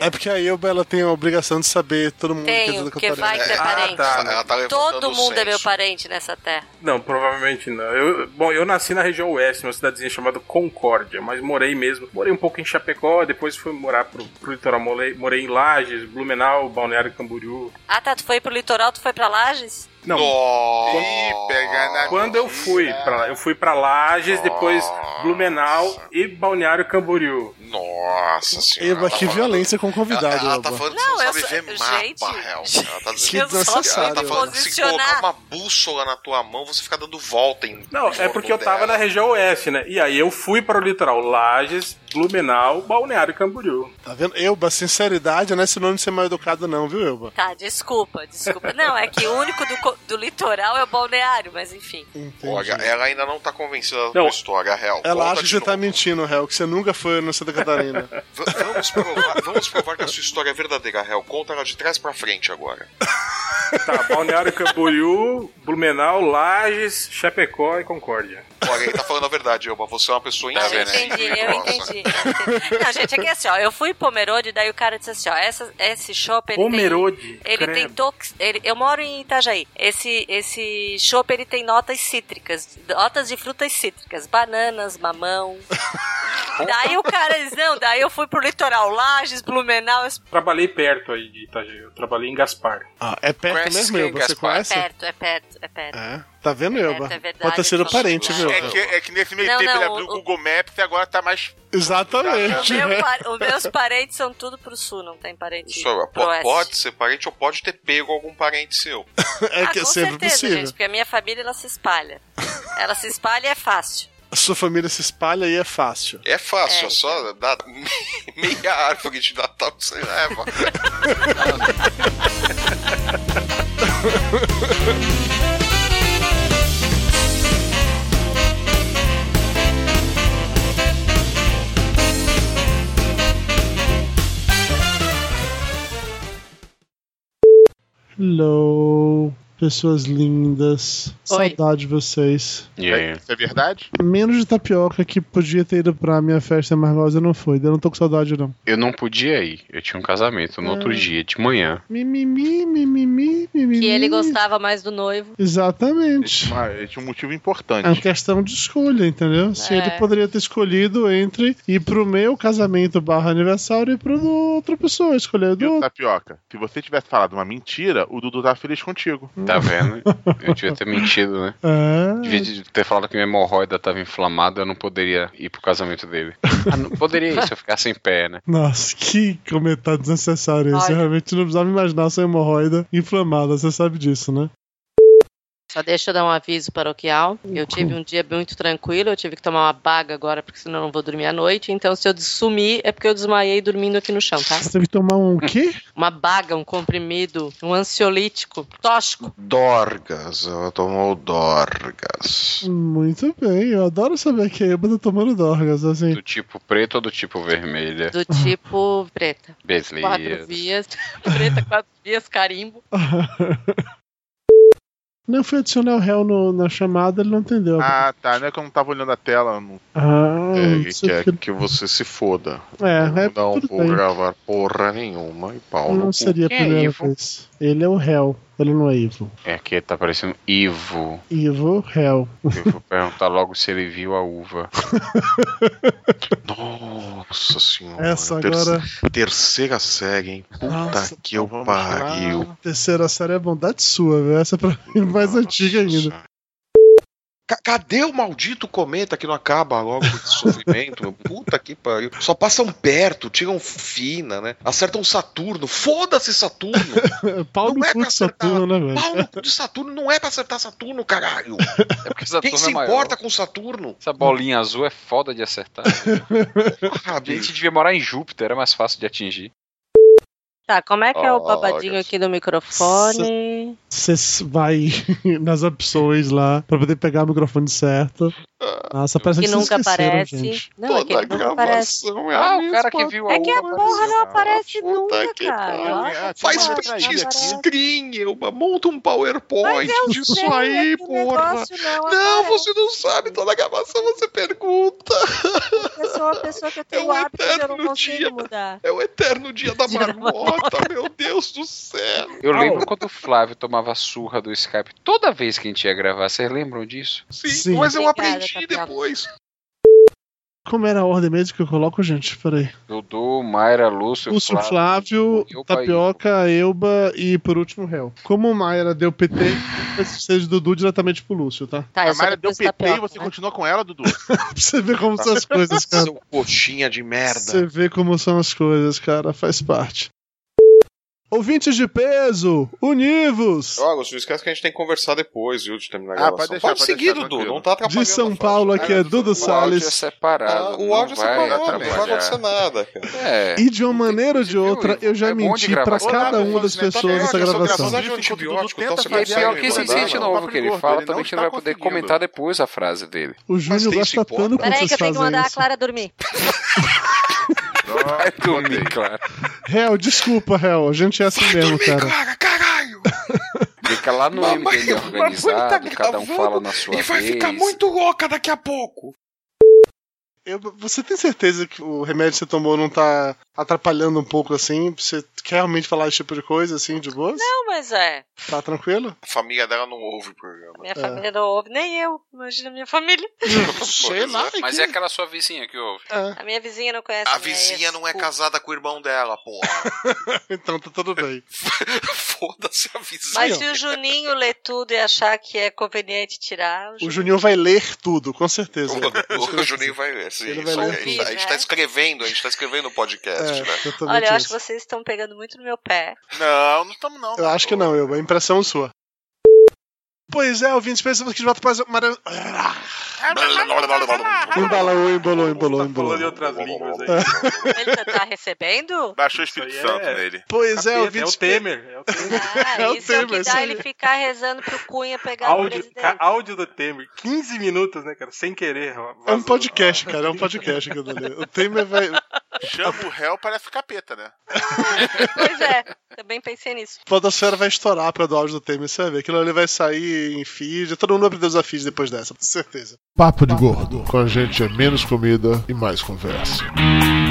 B: É porque aí eu- ela tem a obrigação de saber todo mundo que é
F: Tenho,
B: Santa
F: porque
B: Catarina.
F: vai que é parente.
C: Ah, tá
F: Todo mundo é meu parente nessa terra.
G: Não, provavelmente não. Eu, bom, eu nasci na região oeste, numa cidadezinha chamada Concórdia, mas morei mesmo. Morei um pouco em Chapecó, depois fui morar pro, pro litoral. Morei, morei em Lages, Blumenau, Balneário Camboriú.
F: Ah, tá, tu foi pro litoral, tu foi pra Lages?
G: Não. Quando, quando eu fui pra lá, eu fui pra Lages, depois Blumenau e Balneário Camboriú.
C: Nossa senhora.
B: Eba, que violência com o convidado,
C: Ela, ela tá
B: Elba.
C: falando
F: Não,
C: que
F: eu
C: você não sabe ver
F: só- gente,
C: mapa, Hel. Ela tá
B: que
C: dizendo ela
B: desnecessário.
C: tá falando que se
F: Posicionar.
C: colocar uma bússola na tua mão, você fica dando volta em
G: Não, é porque eu tava na região oeste, né? E aí eu fui para o litoral Lages, Blumenau, Balneário Camboriú.
B: Tá vendo? Elba, sinceridade não é sinônimo de ser mal educado, não, viu, Elba?
F: Tá, desculpa, desculpa. Não, é que o único do, co- do litoral é o balneário, mas enfim.
C: Olha, ela ainda não tá convencida da
B: Não.
C: tua história, Hel.
B: Ela
C: Conta
B: acha que
C: de
B: você tá mentindo, Hel, que você nunca foi na Santa Catarina.
C: V- Vamos provar, vamos provar que a sua história é verdadeira, Hel. Conta ela de trás pra frente agora.
G: Tá, Balneário Camboriú, *laughs* Blumenau, Lages, Chapecó e Concórdia.
C: Olha, ele tá falando a verdade, Elba. Você é uma pessoa
F: Não, eu
C: injusta.
F: Tá entendi, eu entendi. Não, gente, é que assim, ó, eu fui em Pomerode, daí o cara disse assim, ó, essa, esse shopping... ele tem-
G: Pomerode,
F: Ele tem
G: credo.
F: tox, ele, eu moro em Itajaí. Esse esse chopp ele tem notas cítricas, notas de frutas cítricas, bananas, mamão. daí o cara diz, não, daí eu fui pro litoral Lages, Blumenau, eu-
G: Trabalhei perto aí de Itajaí, eu trabalhei em Gaspar.
B: Ah, é perto
G: Conhece
B: mesmo,
G: quem,
B: Elba? Você
G: Gaspar?
B: conhece?
F: é perto, é perto, é perto.
B: Tá vendo, Elba?
F: é verdade,
B: Pode ter sido
F: falou
B: parente, viu?
D: É que, é que nesse meio
F: Não,
D: tempo
F: não,
D: ele abriu
F: o-
D: o Google Maps e agora tá mais.
B: Exatamente.
F: Meu
B: né?
F: par- os meus parentes são tudo pro sul, não tem parente
C: Só,
F: pro
C: po-
F: oeste.
C: pode ser parente ou pode ter pego algum parente seu.
B: *laughs* É
F: ah, com certeza, gente, porque a minha família ela se espalha. Ela se espalha e é *laughs* fácil.
B: A sua família se espalha e é fácil.
C: É fácil, é, só dar *laughs* meia árvore de Natal que você né, leva.
B: Hello, pessoas lindas. Saudade de vocês.
D: Isso é verdade?
B: Menos de tapioca que podia ter ido pra minha festa Margosa não foi. Eu não tô com saudade, não.
E: Eu não podia ir, eu tinha um casamento no outro dia, de manhã.
B: Mimimi, mimimi, mimimi.
F: E ele gostava mais do noivo.
B: Exatamente.
D: Tinha um motivo importante.
B: É uma questão de escolha, entendeu? Se ele poderia ter escolhido entre ir pro meu casamento barra aniversário e pro do outra pessoa, escolher do
D: Viu,
B: outro.
D: Tapioca? Se você tivesse falado uma mentira, o Dudu tá feliz contigo.
E: Tá vendo? Eu devia ter mentido, né?
B: É.
E: Devia de ter falado que minha hemorroida tava inflamada, eu não poderia ir pro casamento dele. Ah, não poderia ir se eu ficasse em pé, né?
B: Nossa, que comentário desnecessário esse.
E: Ai.
B: Eu realmente não precisava imaginar sua hemorroida inflamada, você sabe disso, né?
F: Só deixa eu dar um aviso paroquial. Eu tive um dia muito tranquilo, eu tive que tomar uma baga agora, porque senão eu não vou dormir à noite. Então, se eu sumir, é porque eu desmaiei dormindo aqui no chão, tá?
B: Você teve que tomar um quê?
F: Uma baga, um comprimido, um ansiolítico, tóxico.
C: Dorgas, ela tomou Dorgas.
B: Muito bem, eu adoro saber que a Eba tá tomando Dorgas, assim. *laughs*
E: Do tipo preto ou do tipo vermelha?
F: Do tipo preta. Quatro
E: Beleza.
F: vias. *laughs* preta, quatro vias, carimbo.
B: Não foi adicionar o réu no- na chamada, ele não entendeu.
D: Ah, tá. Não é que eu não tava olhando a tela. Não...
B: Ah,
C: É, ele
B: isso
C: quer
B: aqui-
C: que você se foda.
B: é, é
C: Não
B: tudo
C: vou
B: bem.
C: gravar porra nenhuma e pau no
B: Não
C: cu.
B: seria a
C: Quem é
B: primeira
C: Ivo?
B: vez. Ele é o réu, ele não é Ivo.
E: É que tá parecendo Ivo.
B: Ivo, réu.
E: Eu vou perguntar logo se ele viu a
C: *laughs*
E: uva.
C: Nossa senhora.
B: Essa
C: terce-
B: agora-
C: Terceira série, hein? Puta
B: Nossa,
C: que eu pariu.
B: Terceira série é bondade sua, viu? Essa é pra mim *laughs* mais antiga ainda.
C: Ca- Cadê o maldito cometa que não acaba logo de sofrimento? meu? *laughs* Puta que pariu. Só passam perto, tiram fina, né? Acertam Saturno. Foda-se Saturno.
B: Paulo
C: Não é
B: Curto
C: pra
B: Saturno, né, velho?
C: Pau no cu de Saturno não é pra acertar Saturno, caralho.
E: É porque Saturno
C: Quem se
E: é maior.
C: importa com Saturno?
E: Essa bolinha azul é foda de acertar.
C: Porra,
E: A gente devia morar em Júpiter, era mais fácil de atingir.
F: Tá, como é que é o
E: Olha
F: babadinho aqui do microfone?
B: Você s- vai *laughs* nas opções lá pra poder pegar o microfone certo.
C: Ah.
B: Nossa, parece
F: Que
B: que, vocês
F: nunca
B: esqueceram,
F: aparece.
B: gente.
F: Não, é que ele nunca aparece.
E: Ah, o cara que viu a
F: É que a
E: uva.
F: porra não aparece nunca, cara. Olha,
C: Faz
F: cara,
C: print
F: não aparece.
C: screen, Elba. Monta um PowerPoint
F: Mas eu
C: disso
F: sei,
C: aí,
F: é que o
C: porra.
F: negócio não
C: Não,
F: aparece.
C: Ah, você não sabe. Toda gravação você pergunta.
F: Eu sou uma pessoa que eu tenho
C: É um
F: hábitos que eu não
C: eterno
F: consigo
C: dia.
F: mudar.
C: É o eterno dia da marmota, meu Deus do céu.
E: Eu lembro quando o Flávio tomava surra do Skype toda vez que a gente ia gravar. Vocês lembram disso?
C: Sim,
B: Sim.
C: mas eu
F: Obrigada,
C: aprendi
F: Gabriela.
C: depois.
B: Como era a ordem mesmo que eu coloco, gente? Peraí.
E: Dudu, Mayra, Lúcio,
B: Lúcio
E: Flávio.
B: Flávio,
E: Elba,
B: Tapioca, Elba e por último o réu. Como o Mayra deu PT, seja de Dudu diretamente pro Lúcio, tá?
F: Tá,
D: A
F: eu sou
D: Mayra
F: da
D: É, deu
F: Cruz da
D: PT e
F: Pioca,
D: você
F: né?
D: continua com ela, Dudu?
B: *laughs* pra você ver como são as coisas, cara.
C: *laughs* Tá. Seu coxinha de merda.
B: Você vê como são as coisas, cara, faz parte. Ouvintes de peso, univos!
C: Ó, Augusto, não esquece que a gente tem que conversar depois, viu, de terminar a
D: Ah,
C: gravação.
D: pode deixar, pode
C: seguir,
D: deixar,
C: Dudu,
D: tranquilo.
C: não tá atrapalhando.
B: De São
C: a
B: Paulo, aqui é Dudu
E: O áudio é
B: Salles.
E: separado.
C: faixa. O áudio é
E: não vai
C: separado, não vai
E: atrapalhar.
C: acontecer nada, cara.
E: É.
B: E de uma maneira ou de outra, eu já
E: É bom de
B: menti pra
E: gravação.
B: cada
D: Olá,
B: uma das
D: né? Tá
B: pessoas
D: melhor
B: nessa
D: que eu sou
B: gravação.
D: gravando.
C: Usar de um antibiótico,
D: Dudu
C: então você
D: tenta
E: E é
C: consegue
E: pior
D: fazer
E: que
D: a
E: esse
D: Mayra
C: Tá
E: incidente
D: mandar,
E: novo
D: não.
E: que ele
D: Papo de
E: fala,
D: gordo,
E: também a gente
D: não
E: vai
D: tá
E: poder
D: conseguindo.
E: comentar depois a frase dele.
B: O
C: Mas
B: Júnior
C: tem
B: gosta
C: esse
B: tanto quando
F: Peraí que eu
B: vocês
F: tenho que
B: fazem
F: mandar a
B: isso.
F: Clara dormir.
E: Vai dormir, claro.
B: Réu, desculpa, Réu, a gente é assim mesmo, cara.
C: Cara, caralho!
E: Fica lá no
C: Mamãe,
E: MDM
C: mamãe
E: organizado,
C: tá
E: cada um
C: gravando
E: fala na sua
C: E
E: vez.
C: vai ficar muito louca daqui a pouco.
B: Eu- você tem certeza que o remédio que você tomou não tá atrapalhando um pouco assim? Você quer realmente falar esse tipo de coisa assim, de boas?
F: Não, mas é.
B: Tá tranquilo?
C: A família dela não ouve o programa.
F: Minha família não ouve, nem eu. Imagina a minha família.
B: Sei lá,
E: Mas é aquela sua vizinha que ouve.
F: A minha vizinha não conhece
C: A
F: minha
C: vizinha
F: ex.
C: não é
F: Pô,
C: casada com o irmão dela, porra.
B: Então tá tudo bem.
C: *laughs* Foda-se a vizinha.
F: Mas se o Juninho ler tudo e achar que é conveniente tirar, o
B: O
F: Juninho...
B: Juninho vai ler tudo, com certeza.
C: O, o Juninho vai ver. Sim,
B: Ele vai
C: só
B: ler um
C: que a, gente,
F: tudo.
C: tá- a gente tá escrevendo, a gente tá escrevendo o podcast, né?
B: É, exatamente
F: Olha, eu acho
B: isso.
F: que vocês estão pegando muito no meu pé.
D: Não, não estamos não.
B: Eu acho que não, eu. É impressão sua. Pois é, Ah! ouvintes, pensamos que de volta para mais. Embalou, embolou, embolou,
G: Falando em
B: embolou.
G: outras línguas aí.
F: Ele já
D: *laughs*
F: tá recebendo?
D: Baixou o Espírito
G: Isso aí
D: Santo
G: é-
D: nele.
B: Pois é,
G: Capeta, é o
B: ouvintes.
G: Temer. É o Temer.
B: É
F: Ah,
B: o
F: isso é o
B: Temer,
F: que
B: isso
F: dá ele
B: aí.
F: ficar rezando pro Cunha pegar o
G: Áudio, ca-
F: presidente.
G: áudio do Temer. 15 minutos, né, cara? Sem querer. vazou.
B: É um
G: *laughs*
B: podcast, cara, é um podcast que eu dou ali. O Temer vai.
D: Chama o réu, parece capeta, né?
F: Pois é, também pensei nisso.
B: Podosfera vai estourar pra do áudio do Temer, você vai ver. Aquilo ali vai sair em feed. Todo mundo vai perder os feed depois dessa, com certeza.
M: Papo de Gordo. Com a gente é menos comida e mais conversa.